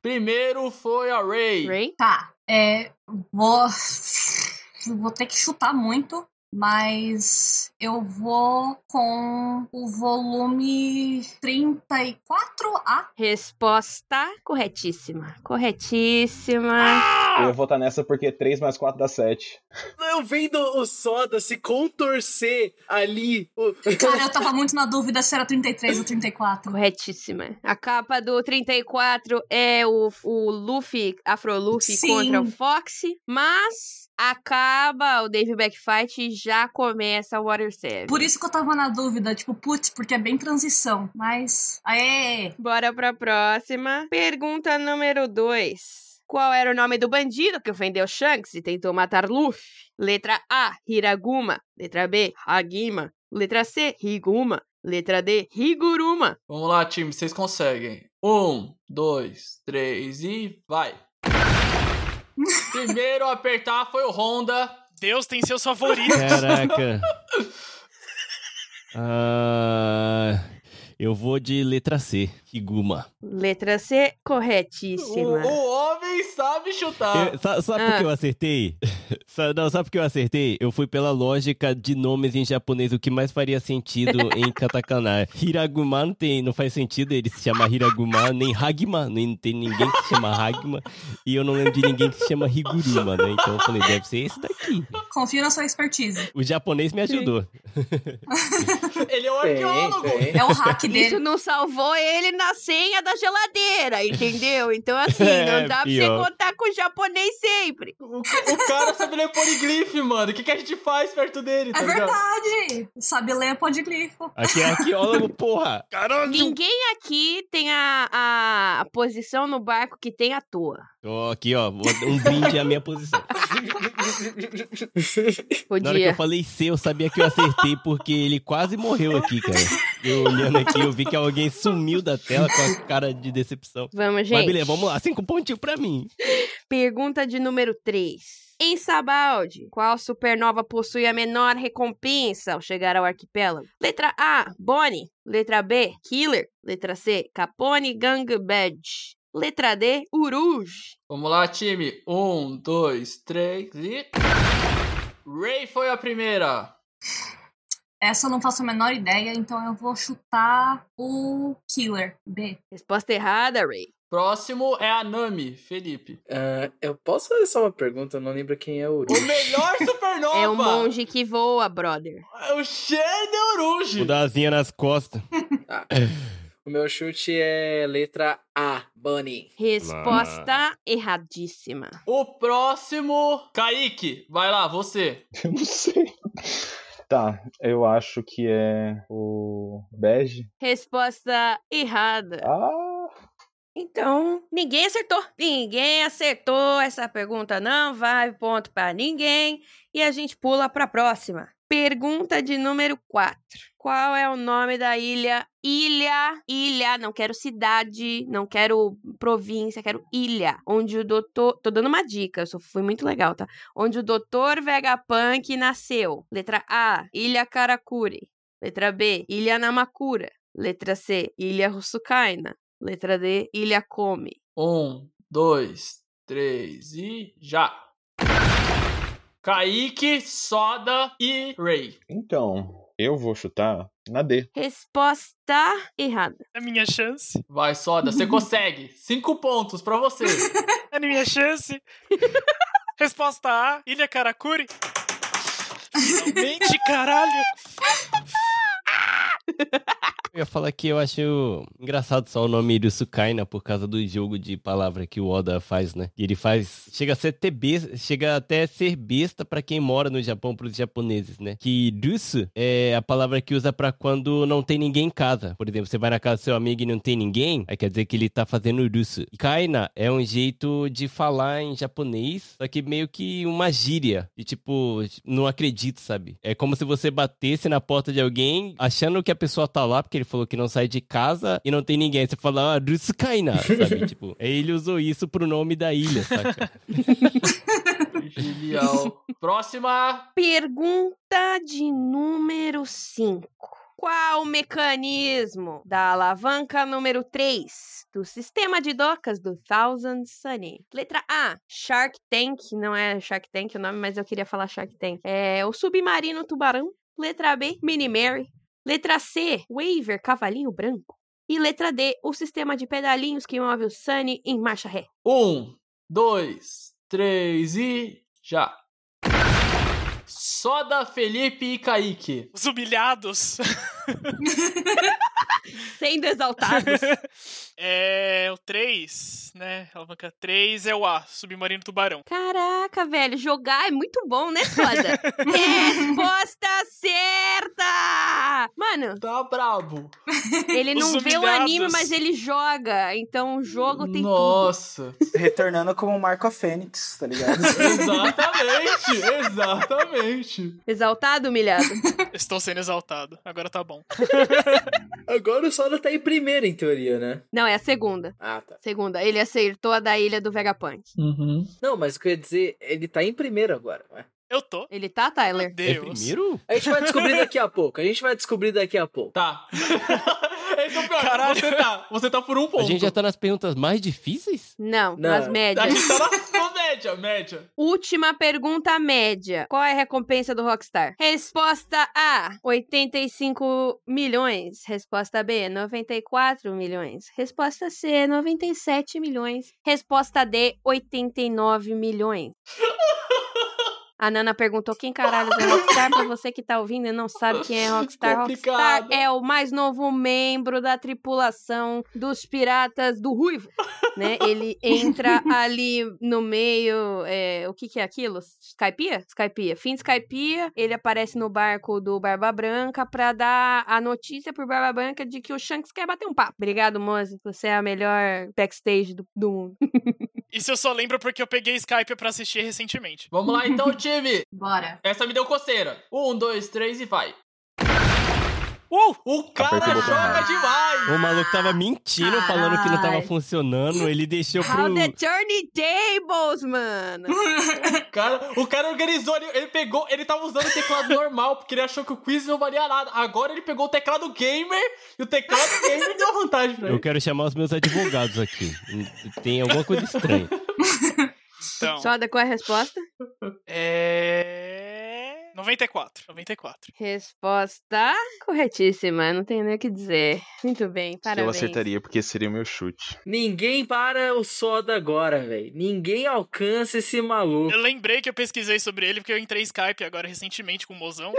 Speaker 2: Primeiro foi a Ray.
Speaker 1: Ray?
Speaker 5: Tá, é, vou, vou ter que chutar muito, mas eu vou com o volume 34A.
Speaker 1: Resposta corretíssima. Corretíssima.
Speaker 4: Eu vou estar nessa porque 3 mais 4 dá 7.
Speaker 3: Eu vendo o Soda se contorcer ali. o-
Speaker 5: Cara, eu tava muito na dúvida se era 33 ou 34.
Speaker 1: Corretíssima. A capa do 34 é o, o Luffy, Afro Luffy
Speaker 5: Sim.
Speaker 1: contra o Foxy, mas acaba o Dave Backfight e já começa o Water 7.
Speaker 5: Por isso que eu tava na dúvida, tipo, putz, porque é bem transição, mas. Aê!
Speaker 1: Bora pra próxima. Pergunta número 2. Qual era o nome do bandido que ofendeu Shanks e tentou matar Luffy? Letra A, Hiraguma. Letra B, Hagima. Letra C, Higuma. Letra D, Higuruma.
Speaker 2: Vamos lá, time, vocês conseguem. Um, dois, três e vai. Primeiro a apertar foi o Honda.
Speaker 7: Deus tem seus favoritos.
Speaker 6: Caraca. Ah, eu vou de letra C, Higuma.
Speaker 1: Letra C,
Speaker 2: O,
Speaker 1: corretíssima.
Speaker 2: o homem sabe chutar.
Speaker 6: Eu- sa- sabe por que eu acertei? Sa- não, sabe por que eu acertei? Eu fui pela lógica de nomes em japonês, o que mais faria sentido em katakana. Hiraguma não, tem, não faz sentido ele se chamar Hiraguma, nem Hagima, nem tem ninguém que se chama Hagima, e eu não lembro de ninguém que se chama Higuruma, né? Então eu falei, deve ser esse daqui.
Speaker 5: Confio na sua expertise.
Speaker 6: O japonês me ajudou.
Speaker 2: Ele é um
Speaker 3: Tem,
Speaker 2: arqueólogo.
Speaker 3: tem.
Speaker 5: É o hack
Speaker 1: Isso
Speaker 5: dele.
Speaker 1: não salvou ele na senha da geladeira, entendeu? Então, assim,
Speaker 6: É,
Speaker 1: não dá pra
Speaker 6: legal.
Speaker 1: contar com o japonês sempre.
Speaker 2: O, o cara sabe ler poliglife, mano. O que, que a gente faz perto dele, tá
Speaker 5: É
Speaker 2: ligado?
Speaker 5: verdade! Sabe ler podglifo.
Speaker 6: Aqui é arqueólogo, porra.
Speaker 7: Caralho!
Speaker 1: Ninguém aqui tem a, a, a posição no barco que tem à toa.
Speaker 6: Tô aqui, ó. vou- Um brinde à minha posição. Na hora que eu
Speaker 1: Podia.
Speaker 6: falei C, eu sabia que eu acertei, porque ele quase morreu aqui, cara. Eu olhando aqui, eu vi que alguém sumiu da tela com a cara de decepção.
Speaker 1: Vamos, gente.
Speaker 6: Mas beleza, vamos lá. Cinco pontinhos pra mim.
Speaker 1: Pergunta de número 3. Em Sabaldi, qual supernova possui a menor recompensa ao chegar ao arquipélago? Letra A, Bonnie. Letra B, Killer. Letra C, Capone Gangbad. Letra D, Uruj.
Speaker 2: Vamos lá, time. Um, dois, três e. Ray foi a primeira.
Speaker 5: Essa eu não faço a menor ideia, então eu vou chutar o Killer B.
Speaker 1: Resposta errada, Ray.
Speaker 2: Próximo é a Nami, Felipe.
Speaker 3: Ah, eu posso fazer só uma pergunta? Eu não lembro quem é o Uru.
Speaker 2: O melhor supernova!
Speaker 1: É um monge que voa, brother.
Speaker 2: É o Sheldon Rouge.
Speaker 6: Mudazinha nas costas.
Speaker 3: Ah, o meu chute é letra A, Bunny.
Speaker 1: Resposta erradíssima.
Speaker 2: O próximo, Kaique. Vai lá, você.
Speaker 4: Eu não sei. Tá, eu acho que é o bege.
Speaker 1: Resposta errada.
Speaker 4: Ah,
Speaker 1: Então, ninguém acertou. Ninguém acertou essa pergunta, não vai ponto pra ninguém. E a gente pula pra próxima. Pergunta de número 4. Qual é o nome da ilha? Ilha, ilha, não quero cidade, não quero província, quero ilha. Onde o doutor. Tô dando uma dica, eu só fui muito legal, tá? Onde o doutor Vegapunk nasceu. Letra A, Ilha Karakuri. Letra B, Ilha Namakura. Letra C, Ilha Rusukaina. Letra D, Ilha Come.
Speaker 2: Um, dois, três e já. Kaique, Soda e Ray.
Speaker 4: então, eu vou chutar na D.
Speaker 1: Resposta errada.
Speaker 7: É minha chance?
Speaker 2: Vai, Soda, você consegue. Cinco pontos pra você.
Speaker 7: É minha chance? Resposta A, Ilha Karakuri. Finalmente, caralho!
Speaker 6: Eu ia falar que eu acho engraçado só o nome Irusukaina por causa do jogo de palavra que o Oda faz, né? E ele faz. Chega a ser ter besta, chega até a ser besta pra quem mora no Japão, pros japoneses, né? Que Irusu é a palavra que usa pra quando não tem ninguém em casa. Por exemplo, você vai na casa do seu amigo e não tem ninguém, aí quer dizer que ele tá fazendo Irusu. E Kaina é um jeito de falar em japonês, só que meio que uma gíria. E tipo, não acredito, sabe? É como se você batesse na porta de alguém achando que a pessoa tá lá, porque ele falou que não sai de casa e não tem ninguém. Aí Você fala, ah, Rusukaina, sabe? tipo, aí ele usou isso pro nome da ilha, saca?
Speaker 2: Genial. Próxima.
Speaker 1: Pergunta de número 5. Qual o mecanismo da alavanca número 3 do sistema de docas do Thousand Sunny? Letra A, Shark Tank. Não é Shark Tank o nome, mas eu queria falar Shark Tank. É o submarino tubarão. Letra B, Mini Mary. Letra C, Waver, cavalinho branco. E letra D, o sistema de pedalinhos que move o Sunny em marcha ré.
Speaker 2: Um, dois, três e já. Soda, Felipe e Kaique.
Speaker 7: Os humilhados.
Speaker 1: Sendo exaltados.
Speaker 7: é o 3, né? Alavanca 3 é o A, Submarino Tubarão.
Speaker 1: Caraca, velho, jogar é muito bom, né, Soda? Resposta certa! Mano,
Speaker 2: Tá brabo.
Speaker 1: ele
Speaker 7: Os
Speaker 1: não vê o
Speaker 7: humilhados.
Speaker 1: anime, mas ele joga. Então o jogo tem
Speaker 2: Nossa.
Speaker 8: Retornando como Marco a Fênix, tá ligado?
Speaker 2: Exatamente, exatamente.
Speaker 1: tudo. Exaltado, humilhado.
Speaker 7: Estou sendo exaltado. Agora tá bom.
Speaker 3: Agora o Soda tá em primeiro, em teoria, né?
Speaker 1: Não, é a segunda.
Speaker 3: Ah, tá.
Speaker 1: Segunda, ele acertou a da ilha do Vegapunk.
Speaker 3: Não, mas o que eu ia dizer, ele tá em primeiro agora. Ué.
Speaker 7: Eu tô.
Speaker 1: Ele tá,
Speaker 7: Meu
Speaker 1: Tyler?
Speaker 6: É
Speaker 7: Deus.
Speaker 6: primeiro?
Speaker 3: A gente vai descobrir daqui a pouco. A gente vai descobrir daqui a pouco.
Speaker 2: Tá. Esse é o pior.
Speaker 7: Caralho.
Speaker 2: Você tá. Você tá por um ponto.
Speaker 6: A gente já tá nas perguntas mais difíceis?
Speaker 1: Não,
Speaker 3: Não.
Speaker 1: nas
Speaker 2: A
Speaker 1: médias.
Speaker 2: gente tá na na média, média.
Speaker 1: Última pergunta média. Qual é a recompensa do Rockstar? Resposta A, 85 milhões. Resposta B, 94 milhões. Resposta C, 97 milhões. Resposta D, 89 milhões. A Nana perguntou quem caralho é Rockstar pra você que tá ouvindo e não sabe quem é Rockstar. Rockstar
Speaker 2: Complicado.
Speaker 1: é o mais novo membro da tripulação dos piratas do Ruivo. né? Ele entra ali no meio. é, o que, que é aquilo? Skypia? Skypia. Fim de Skypia, ele aparece no barco do Barba Branca pra dar a notícia pro Barba Branca de que o Shanks quer bater um papo. Obrigado, Mose. Você é a melhor backstage do, do mundo.
Speaker 7: Isso eu só lembro porque eu peguei Skype pra assistir recentemente.
Speaker 2: Vamos lá então, time!
Speaker 5: Bora.
Speaker 2: Essa me deu coceira. Um, dois, três e vai.
Speaker 7: Uh!
Speaker 2: O cara
Speaker 4: Apertei o botão
Speaker 2: joga
Speaker 4: errado.
Speaker 2: demais!
Speaker 6: O maluco
Speaker 1: Ah,
Speaker 6: tava mentindo, falando que não tava
Speaker 5: Caralho.
Speaker 6: funcionando. Ele deixou
Speaker 1: How
Speaker 6: pro.
Speaker 1: the turntables, mano!
Speaker 2: O cara, o cara organizou, ele, ele pegou, ele tava usando o teclado normal, porque ele achou que o quiz não valia nada. Agora ele pegou o teclado gamer e o teclado gamer deu vantagem pra
Speaker 6: Eu
Speaker 2: ele.
Speaker 6: quero chamar os meus advogados aqui. Tem alguma coisa estranha.
Speaker 7: Então,
Speaker 1: Só qual é a resposta?
Speaker 7: é... 94, 94.
Speaker 1: Resposta corretíssima, não tenho nem o que dizer. Muito bem, parabéns.
Speaker 4: Eu acertaria, porque seria o meu chute.
Speaker 3: Ninguém para o Soda agora, velho. Ninguém alcança esse maluco.
Speaker 7: Eu lembrei que eu pesquisei sobre ele porque eu entrei em Skype agora recentemente com o mozão.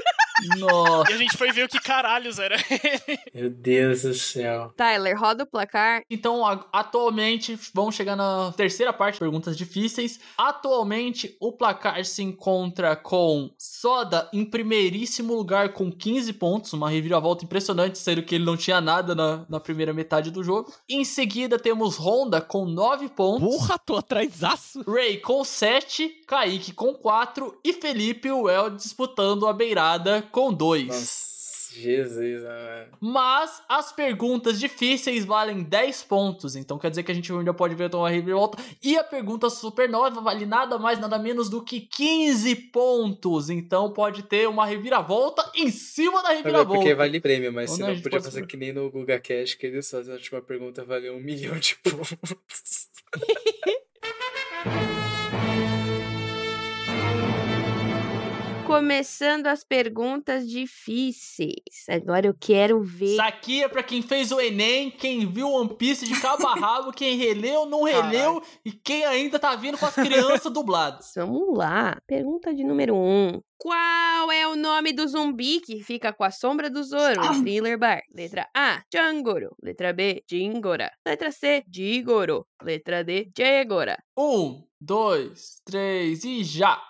Speaker 2: Nossa.
Speaker 7: e a gente foi ver o que caralhos era ele.
Speaker 3: Meu Deus do céu.
Speaker 1: Tyler, roda o placar.
Speaker 2: Então, a- atualmente, vamos chegar na terceira parte, perguntas difíceis. Atualmente, o placar se encontra com Soda em primeiríssimo lugar com 15 pontos, uma reviravolta impressionante, sendo que ele não tinha nada na, na primeira metade do jogo. Em seguida, temos Honda com 9 pontos.
Speaker 6: Porra, tô atrasaço.
Speaker 2: Ray com 7, Kaique com 4 e Felipe e o El disputando a beirada com 2.
Speaker 3: Nossa, Jesus, né, mano.
Speaker 2: Mas as perguntas difíceis valem 10 pontos, então quer dizer que a gente ainda pode ver tomar reviravolta. E a pergunta supernova vale nada mais, nada menos do que 15 pontos, então pode ter uma reviravolta em cima da
Speaker 3: Agora, porque
Speaker 2: reviravolta.
Speaker 3: vale prêmio, mas
Speaker 2: Tá Ou
Speaker 3: se
Speaker 2: não, a
Speaker 3: não
Speaker 2: gente
Speaker 3: podia
Speaker 2: pode-
Speaker 3: fazer que nem no Guga Cash, que eles fazem a última pergunta, valeu um milhão de pontos.
Speaker 1: Começando as perguntas difíceis. Agora eu quero ver.
Speaker 2: Isso aqui é pra quem fez o Enem, quem viu One Piece de cabo a rabo, quem releu, não releu e quem ainda tá vindo com as crianças dubladas.
Speaker 1: Vamos lá. Pergunta de número 1. Um. Qual é o nome do zumbi que fica com a sombra do Zoro em Thriller Bar? Letra A, Jangoro. Letra B, Jingora. Letra C, Jigoro. Letra D, Jegora.
Speaker 2: Um, dois, três e já!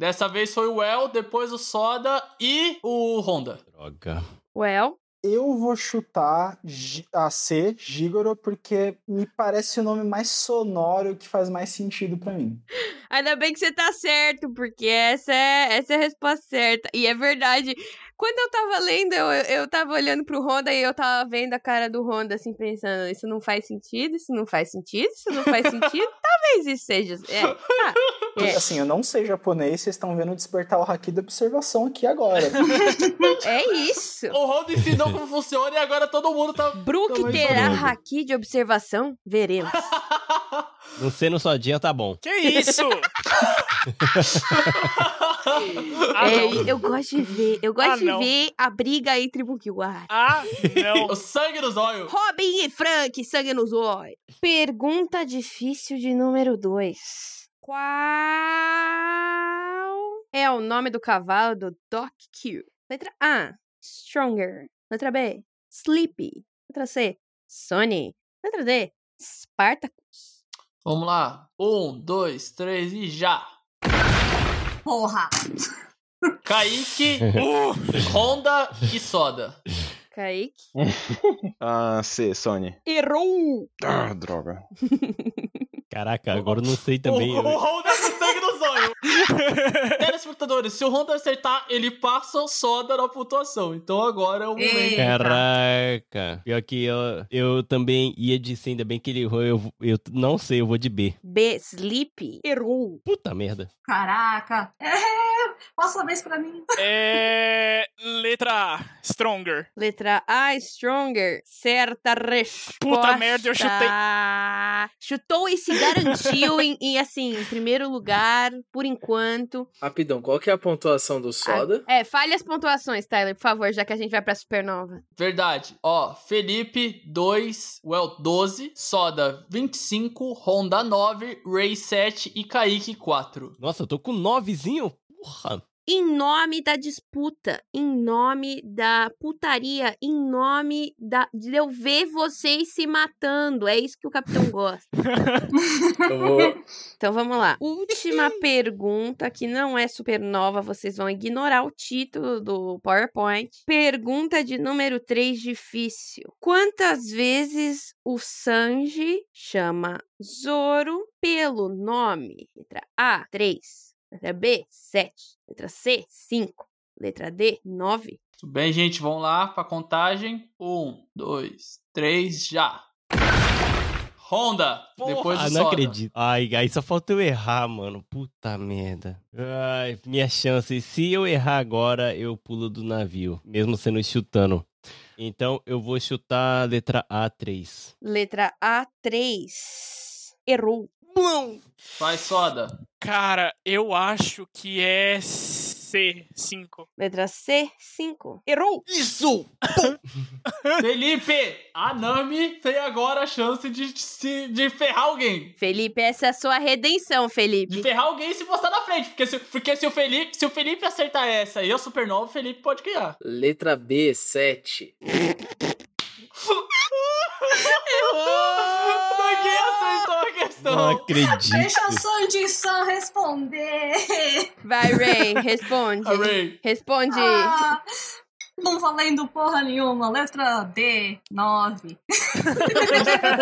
Speaker 2: Dessa vez foi o El, depois o Soda e o Honda.
Speaker 6: Droga.
Speaker 1: Well,
Speaker 8: Eu vou chutar Gi- a C, Gigoro, porque me parece o nome mais sonoro que faz mais sentido pra mim.
Speaker 1: Ainda bem que você tá certo, porque essa é, essa é a resposta certa. E é verdade. Quando eu tava lendo, eu, eu tava olhando pro Honda e eu tava vendo a cara do Honda, assim, pensando: isso não faz sentido, isso não faz sentido, isso não faz sentido. Talvez isso seja. É. Ah,
Speaker 8: Porque, Assim, eu não sei japonês, vocês estão vendo despertar o haki da observação aqui agora.
Speaker 1: é isso.
Speaker 2: O Honda ensinou como funciona e agora todo mundo tá.
Speaker 1: Brook
Speaker 2: Tamanho
Speaker 1: terá
Speaker 6: Honda.
Speaker 1: haki de observação? Veremos.
Speaker 6: Não sendo só dia, tá bom.
Speaker 7: Que isso? ah,
Speaker 1: É,
Speaker 7: não.
Speaker 1: eu gosto de ver. Eu gosto
Speaker 7: Ah,
Speaker 1: de
Speaker 7: não.
Speaker 1: ver a briga entre Brook. Ah,
Speaker 7: Ah, não.
Speaker 2: o sangue nos olhos.
Speaker 1: Robin e Frank, sangue nos olhos. Pergunta difícil de número 2. Qual é o nome do cavalo do Doc Q? Letra A, Stronger. Letra B, Sleepy. Letra C, Sony. Letra D, Spartacus.
Speaker 2: Vamos lá. Um, dois, três e já!
Speaker 5: Porra!
Speaker 2: Kaique,
Speaker 7: Uh,
Speaker 2: Honda e Soda.
Speaker 1: Kaique.
Speaker 4: Ah, C, Sony.
Speaker 1: Errou!
Speaker 4: Ah, droga.
Speaker 6: Caraca, agora eu não sei
Speaker 2: O,
Speaker 6: também. né?
Speaker 2: o Honda com sangue nos olhos. Telespectadores, se o Honda acertar, ele passa o Soda na pontuação. Então agora é o momento.
Speaker 5: Eita.
Speaker 6: Caraca. Pior que eu, eu também ia de C, ainda bem que ele errou. Eu, eu não sei, eu vou de B.
Speaker 1: B, Sleepy. Errou.
Speaker 6: Puta merda.
Speaker 5: Caraca! É, passa a vez pra mim.
Speaker 7: é... Letra A, Stronger.
Speaker 1: Letra A, Stronger. Certa resposta.
Speaker 7: merda, eu chutei.
Speaker 1: Chutou e se garantiu em, em, assim, em primeiro lugar, por enquanto.
Speaker 3: Rapidão, qual que é a pontuação do Soda?
Speaker 1: É, falha as pontuações, Tyler, por favor, já que a gente vai pra Supernova.
Speaker 2: Verdade. Ó, Felipe 2, Well 12, Soda 25, Honda 9, Ray 7 e Kaique 4.
Speaker 6: Nossa, eu tô com novezinho? Porra.
Speaker 1: em nome da disputa, em nome da putaria, em nome da, de eu ver vocês se matando. É isso que o capitão gosta.
Speaker 3: Eu vou.
Speaker 1: Então vamos lá. Última pergunta, que não é super nova, vocês vão ignorar o título do PowerPoint. Pergunta de número 3, difícil. Quantas vezes o Sanji chama Zoro pelo nome? Letra A, 3. Letra B, 7. Letra C, 5. Letra D, 9.
Speaker 2: Tudo bem, gente? Vamos lá pra contagem. Um, dois, três, já. Honda!
Speaker 7: Porra,
Speaker 2: depois do
Speaker 6: ah, não
Speaker 2: Soda.
Speaker 6: acredito. Ai, aí só falta eu errar, mano. Puta merda. Ai, minha chance. Se eu errar agora, eu pulo do navio, mesmo sendo chutando. Então eu vou chutar a letra A3.
Speaker 1: Letra A, 3. Errou. Não!
Speaker 2: Vai, Soda.
Speaker 7: Cara, eu acho que é C5.
Speaker 1: Letra C, 5. Errou.
Speaker 7: Isso!
Speaker 2: Felipe! A Nami tem agora a chance de, se- de ferrar alguém.
Speaker 1: Felipe, essa é a sua redenção,
Speaker 2: De
Speaker 1: Felipe.
Speaker 2: ferrar alguém e se postar na frente. Porque se, porque se o Felipe se o Felipe acertar essa e eu supernova, o Felipe pode ganhar.
Speaker 3: Letra B, 7.
Speaker 2: Ninguém acertou a
Speaker 6: Não
Speaker 2: é
Speaker 6: é
Speaker 2: questão.
Speaker 6: acredito.
Speaker 5: Deixa o Sandy San responder!
Speaker 1: Vai, Ray, responde.
Speaker 2: Amém.
Speaker 1: Responde.
Speaker 5: Ah, não valendo porra nenhuma. Letra D, 9.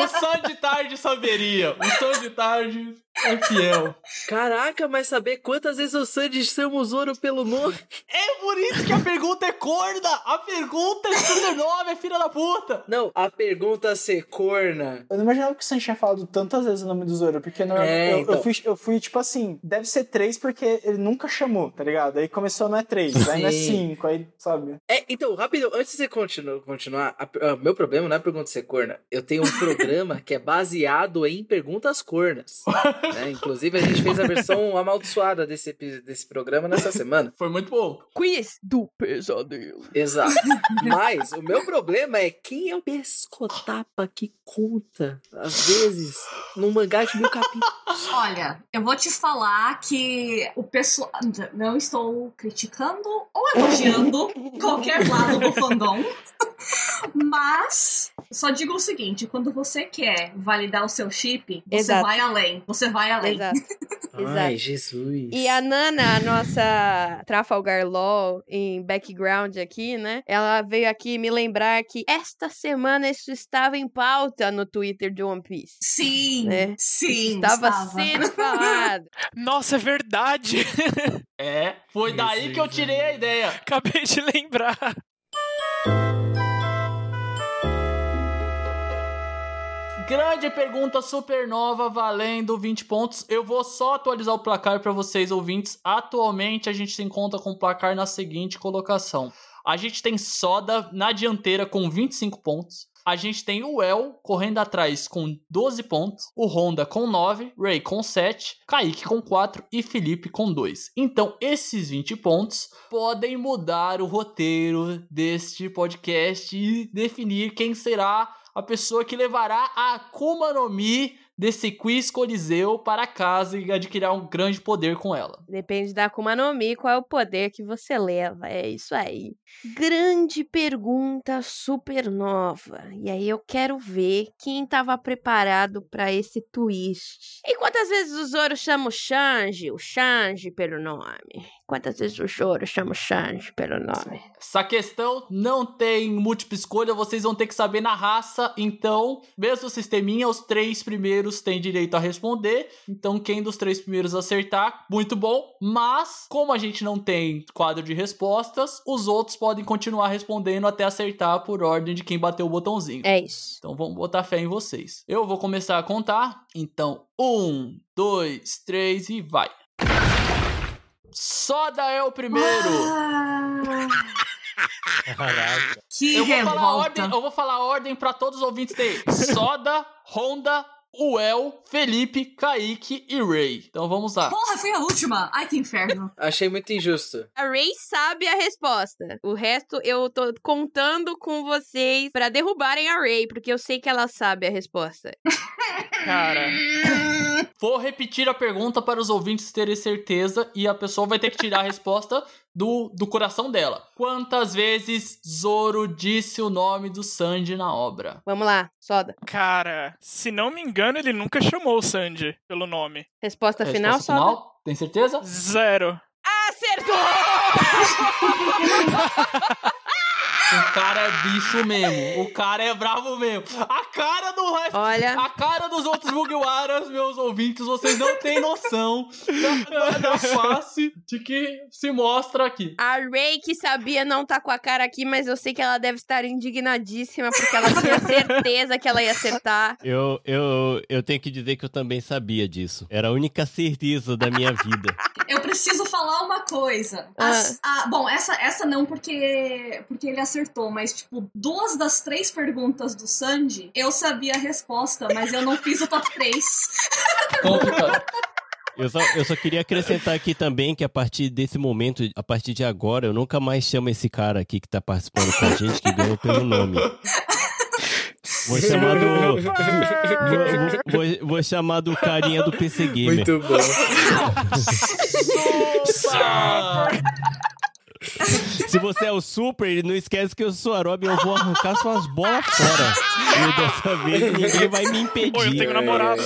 Speaker 2: O Sam de tarde saberia. O Sam de tarde é fiel.
Speaker 3: Caraca, mas saber quantas vezes o Sandy chama o Zoro pelo nome?
Speaker 2: É por isso que a pergunta é corda. A pergunta é supernova, é filha da puta.
Speaker 3: Não, a pergunta a ser corna.
Speaker 8: Eu não imaginava que o Sam tinha falado tantas vezes o nome do Zoro, porque não,
Speaker 3: É,
Speaker 8: eu,
Speaker 3: então.
Speaker 8: eu, fui, eu fui tipo assim, deve ser três porque ele nunca chamou, tá ligado? Aí começou não é três, aí não é
Speaker 3: Sim.
Speaker 8: cinco, aí sabe.
Speaker 3: É, então, rápido, antes de você continu- continuar, a per- ah, meu problema não é a pergunta ser corna. Eu tenho um programa que é baseado em perguntas cornas. né? Inclusive, a gente fez a versão amaldiçoada desse, epi- desse programa nessa semana.
Speaker 2: Foi muito bom.
Speaker 1: Quiz do pesadelo.
Speaker 3: Exato. Mas o meu problema é quem é o pescotapa que conta, às vezes, num mangá de mil capítulos.
Speaker 5: Olha, eu vou te falar que o pessoal. Não estou criticando ou elogiando qualquer lado do fandom. Mas só digo o seguinte: quando você quer validar o seu chip, você
Speaker 1: Exato.
Speaker 5: vai além. Você vai além.
Speaker 1: Exato.
Speaker 3: Ai,
Speaker 1: Exato.
Speaker 3: Jesus.
Speaker 1: E a Nana, a nossa Trafalgar Law em background aqui, né? Ela veio aqui me lembrar que esta semana isso estava em pauta no Twitter de One Piece.
Speaker 5: Sim,
Speaker 1: Né?
Speaker 5: sim.
Speaker 1: estava, sendo falado.
Speaker 7: Nossa, é verdade!
Speaker 2: É, foi daí que eu tirei a ideia.
Speaker 7: Acabei de lembrar.
Speaker 2: Grande pergunta supernova valendo 20 pontos. Eu vou só atualizar o placar para vocês ouvintes. Atualmente a gente se encontra com o placar na seguinte colocação. A gente tem Soda na dianteira com 25 pontos. A gente tem o El correndo atrás com 12 pontos, o Honda com 9, Ray com 7, Kaique com 4 e Felipe com 2. Então, esses 20 pontos podem mudar o roteiro deste podcast e definir quem será a pessoa que levará a Akuma no Mi desse quiz Coliseu para casa e adquirirá um grande poder com ela.
Speaker 1: Depende da Akuma no Mi, qual é o poder que você leva. É isso aí. Grande pergunta supernova. E aí eu quero ver quem estava preparado para esse twist. E quantas vezes o Zoro chama o Shanji, o Shanji pelo nome? Quantas vezes o Zoro chama o Shanji pelo nome?
Speaker 2: Essa questão não tem múltipla escolha, vocês vão ter que saber na raça. Então, mesmo sisteminha, os três primeiros têm direito a responder. Então, quem dos três primeiros acertar, muito bom. Mas, como a gente não tem quadro de respostas, os outros podem continuar respondendo até acertar por ordem de quem bateu o botãozinho.
Speaker 1: É isso.
Speaker 2: Então vamos botar fé em vocês. Eu vou começar a contar. Então, um, dois, três e vai. Soda é o primeiro.
Speaker 5: Ah,
Speaker 6: Caraca.
Speaker 5: que
Speaker 2: Eu vou, falar a
Speaker 5: revolta.
Speaker 2: ordem, eu vou falar a ordem pra todos os ouvintes terem. Soda, Honda, Uel, Felipe, Kaique e Ray. Então vamos lá.
Speaker 5: Porra, fui a última! Ai, que inferno.
Speaker 3: Achei muito injusto.
Speaker 1: A Ray sabe a resposta. O resto eu tô contando com vocês pra derrubarem a Ray, porque eu sei que ela sabe a resposta.
Speaker 7: Cara,
Speaker 2: Vou repetir a pergunta para os ouvintes terem certeza e a pessoa vai ter que tirar a resposta do, do coração dela. Quantas vezes Zoro disse o nome do Sanji na obra?
Speaker 1: Vamos lá, soda.
Speaker 7: cara, se não me engano, ele nunca chamou o Sandy pelo nome.
Speaker 1: Resposta Tá final,
Speaker 2: Resposta
Speaker 1: soda.
Speaker 2: final? tá Tem certeza?
Speaker 7: Zero.
Speaker 1: Acertou!
Speaker 2: O cara é bicho mesmo. O cara é bravo mesmo. A cara do resto.
Speaker 1: Olha,
Speaker 2: A cara dos outros Mugiwaras, meus ouvintes, vocês não têm noção da, da- da face de que se mostra aqui.
Speaker 1: a Ray que sabia não tá com a cara aqui, mas eu sei que ela deve estar indignadíssima, porque ela tinha certeza que ela ia acertar.
Speaker 6: Eu, eu, eu tenho que dizer que eu também sabia disso. Era a única certeza da minha vida.
Speaker 5: Eu preciso falar uma coisa. As- a- bom, essa, essa não porque, porque ele acertou, mas, tipo, duas das três perguntas do Sandy, eu sabia a resposta, mas eu não fiz o top 3.
Speaker 2: Complicado.
Speaker 6: Eu só, eu só queria acrescentar aqui também que a partir desse momento, a partir de agora, eu nunca mais chamo esse cara aqui que tá participando com a gente, que ganhou pelo nome. Vou chamar do. Vou, vou- vou chamar do carinha do PC Gamer.
Speaker 3: Muito bom.
Speaker 2: Opa!
Speaker 6: Se você é o Super, não esquece que eu sou a Robin, eu vou arrancar suas bolas fora. E dessa vez ninguém vai me
Speaker 7: Pô, eu tenho
Speaker 6: impedir.
Speaker 7: namorado.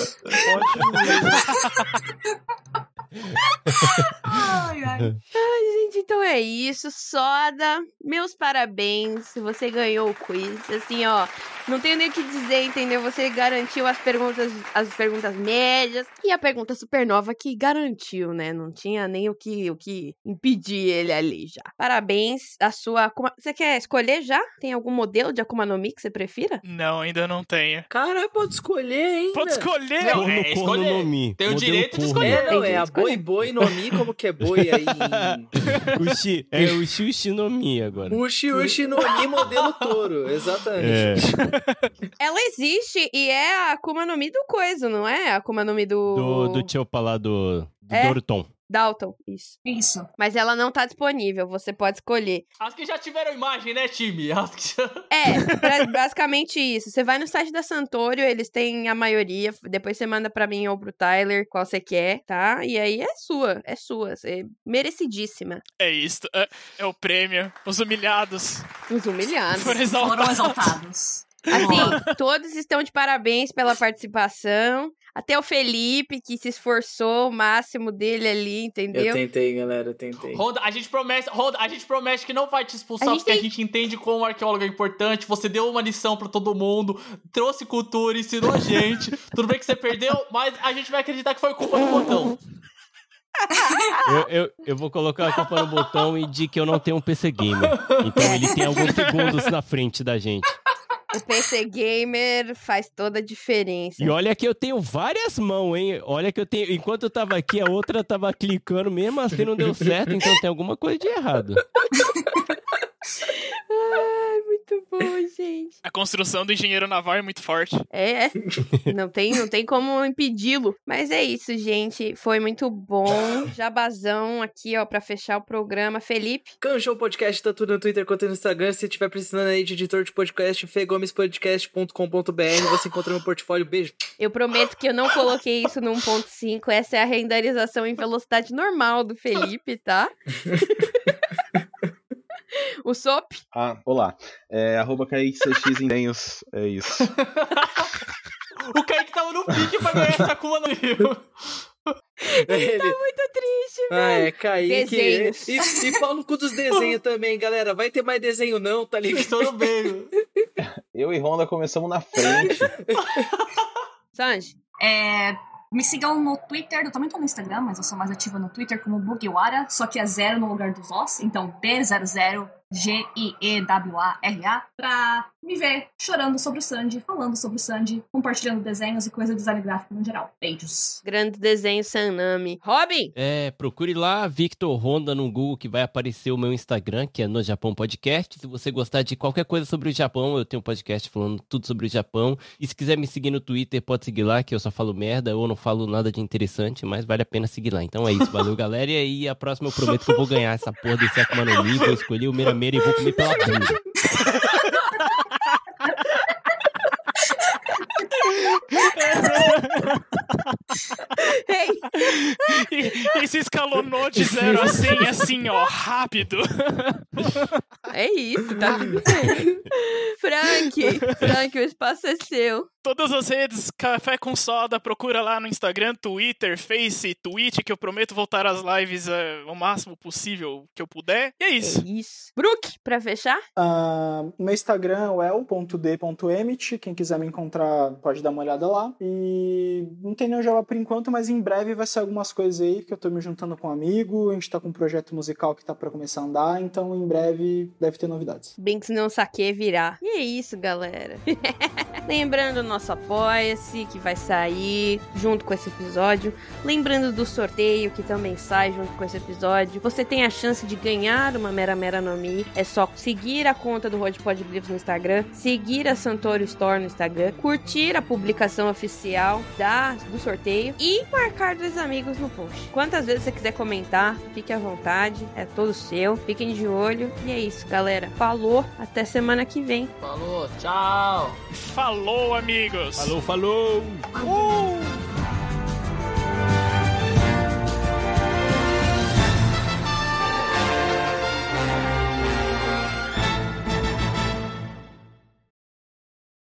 Speaker 5: Ai, ai.
Speaker 1: Gente, então é isso. Soda, meus parabéns. Você ganhou o quiz. Assim, ó, não tenho nem o que dizer, entendeu? Você garantiu as perguntas, as perguntas médias e a pergunta supernova que garantiu, né? Não tinha nem o que, o que impedir ele ali já. Parabéns. A sua. Akuma- Você quer escolher já? Tem algum modelo de Akuma no Mi que você prefira?
Speaker 7: Não, ainda não tenho.
Speaker 3: Cara, pode escolher ainda.
Speaker 7: Pode escolher!
Speaker 2: Não,
Speaker 6: Corno,
Speaker 2: é,
Speaker 6: corno,
Speaker 2: escolher.
Speaker 6: nomi.
Speaker 2: Tem o
Speaker 6: Modelo
Speaker 2: direito de
Speaker 6: corno.
Speaker 2: escolher.
Speaker 3: É, não,
Speaker 1: Tem
Speaker 3: é a
Speaker 1: que escolher.
Speaker 3: boi boi no mi, como que é boi aí? em-
Speaker 6: Uxi, é o Uxi Uxi no Mi agora.
Speaker 3: Ushi Ushi no mi modelo touro, exatamente.
Speaker 6: É.
Speaker 1: Ela existe e é a Akuma no Mi do coisa, não é? A Akuma no Mi do.
Speaker 6: Do, do Chopa lá do, do
Speaker 1: É?
Speaker 6: Dorton.
Speaker 1: Dalton. Isso.
Speaker 5: É Isso.
Speaker 1: Mas ela não tá disponível, você pode escolher.
Speaker 2: As que já tiveram imagem, né, time? As que já...
Speaker 1: É, pra- basicamente isso. Você vai no site da Santorio, eles têm a maioria. Depois você manda pra mim ou pro Tyler qual você quer, tá? E aí é sua, é sua. É merecidíssima.
Speaker 7: É isto. É, é o prêmio. Os humilhados
Speaker 1: Os humilhados.
Speaker 7: foram
Speaker 5: Foram
Speaker 7: exaltados.
Speaker 5: exaltados.
Speaker 1: Assim, todos estão de parabéns pela participação. Até o Felipe, que se esforçou o máximo dele ali,
Speaker 3: Eu
Speaker 1: entendeu?
Speaker 3: tentei, galera, eu tentei.
Speaker 2: Ronda, a gente promete, Ronda, a gente promete que não vai te expulsar
Speaker 1: A gente
Speaker 2: porque
Speaker 1: tem-
Speaker 2: a gente entende como arqueólogo é importante. Você deu uma lição pra todo mundo, trouxe cultura, ensinou a gente. Tudo bem que você perdeu, mas a gente vai acreditar que foi culpa do botão.
Speaker 6: Eu, eu, eu vou colocar a culpa no botão e de que eu não tenho um PC Gamer. Então ele tem alguns segundos na frente da gente.
Speaker 1: O PC Gamer faz toda a diferença.
Speaker 6: E olha que eu tenho várias mãos, hein? Olha que eu tenho. Enquanto eu tava aqui, a outra tava clicando, mesmo assim não deu certo, então tem alguma coisa de errado.
Speaker 1: Ai, É muito bom, gente.
Speaker 7: A construção do engenheiro naval é muito forte.
Speaker 1: É, é. não tem, não tem como impedi-lo. Mas é isso, gente. Foi muito bom. Jabazão aqui, ó, pra fechar o programa. Felipe,
Speaker 3: Canchou Podcast, tanto no Twitter quanto no Instagram. Se tiver precisando aí de editor de podcast, fegomespodcast.com.br, você encontra meu portfólio. Beijo.
Speaker 1: eu prometo que eu não coloquei isso no 1.5. Essa é a renderização em velocidade normal do Felipe, tá? o Sop,
Speaker 4: Ah, olá. É, arroba KaiqueCX em desenhos. É isso.
Speaker 2: O Kaique tava no pique pra ganhar essa Kuma no Rio.
Speaker 3: Ele...
Speaker 1: Tá muito triste.
Speaker 3: Ah, é, Kaique.
Speaker 1: Desenhos.
Speaker 3: E, e pau no cu dos desenhos também, galera. Vai ter mais desenho não, tá ligado?
Speaker 2: Tudo bem.
Speaker 4: Eu e Honda começamos na frente.
Speaker 1: Sanji,
Speaker 5: É, me sigam no Twitter, eu também tô no Instagram, mas eu sou mais ativa no Twitter como Bugiwara, só que é zero no lugar dos Os, então B00 G-I-E-W-A-R-A, pra me ver chorando sobre o Sandy, falando sobre o Sandy, compartilhando desenhos e coisa de design gráfico no geral. Beijos.
Speaker 1: Grande desenho Sanami. Robin!
Speaker 6: É, procure lá Victor Honda no Google que vai aparecer o meu Instagram, que é no Japão Podcast. Se você gostar de qualquer coisa sobre o Japão, eu tenho um podcast falando tudo sobre o Japão. E se quiser me seguir no Twitter, pode seguir lá, que eu só falo merda ou não falo nada de interessante, mas vale a pena seguir lá. Então é isso, valeu galera. E a próxima eu prometo que eu vou ganhar essa porra desse Akuma no Mi, vou escolher o Mira Mira e vou comer pela bunda.
Speaker 1: Ei,
Speaker 7: E, e se escalonou de zero a 100 assim, ó, rápido.
Speaker 1: é isso, tá tudo bem. Frank, Frank, o espaço é seu.
Speaker 7: Todas as redes, Café com Soda, procura lá no Instagram, Twitter, Face, Twitch, que eu prometo voltar às lives eh, o máximo possível que eu puder. E é
Speaker 1: É
Speaker 7: isso.
Speaker 1: isso. Brook, pra fechar?
Speaker 8: Ah, meu Instagram é el.d.emit. Quem quiser me encontrar pode dar uma olhada lá. E não tem nenhum jabá por enquanto, mas em breve vai sair algumas coisas aí, porque eu tô me juntando com um amigo. A gente tá com um projeto musical que tá pra começar a andar, então em breve deve ter novidades.
Speaker 1: Bem que se não saque virar. E é isso, galera. Lembrando o nosso apoia-se que vai sair junto com esse episódio. Lembrando do sorteio que também sai junto com esse episódio. Você tem a chance de ganhar uma Mera Mera no Mi. É só seguir a conta do Road Pod Livros no Instagram, seguir a Santorio Store no Instagram, curtir a publicação oficial da, do sorteio e marcar dois amigos no post. Quantas vezes você quiser comentar, fique à vontade, é todo seu. Fiquem de olho. E é isso, galera. Falou, até semana que vem.
Speaker 2: Falou, tchau!
Speaker 7: É Falou, amigos.
Speaker 6: Falou, falou!
Speaker 7: Uh!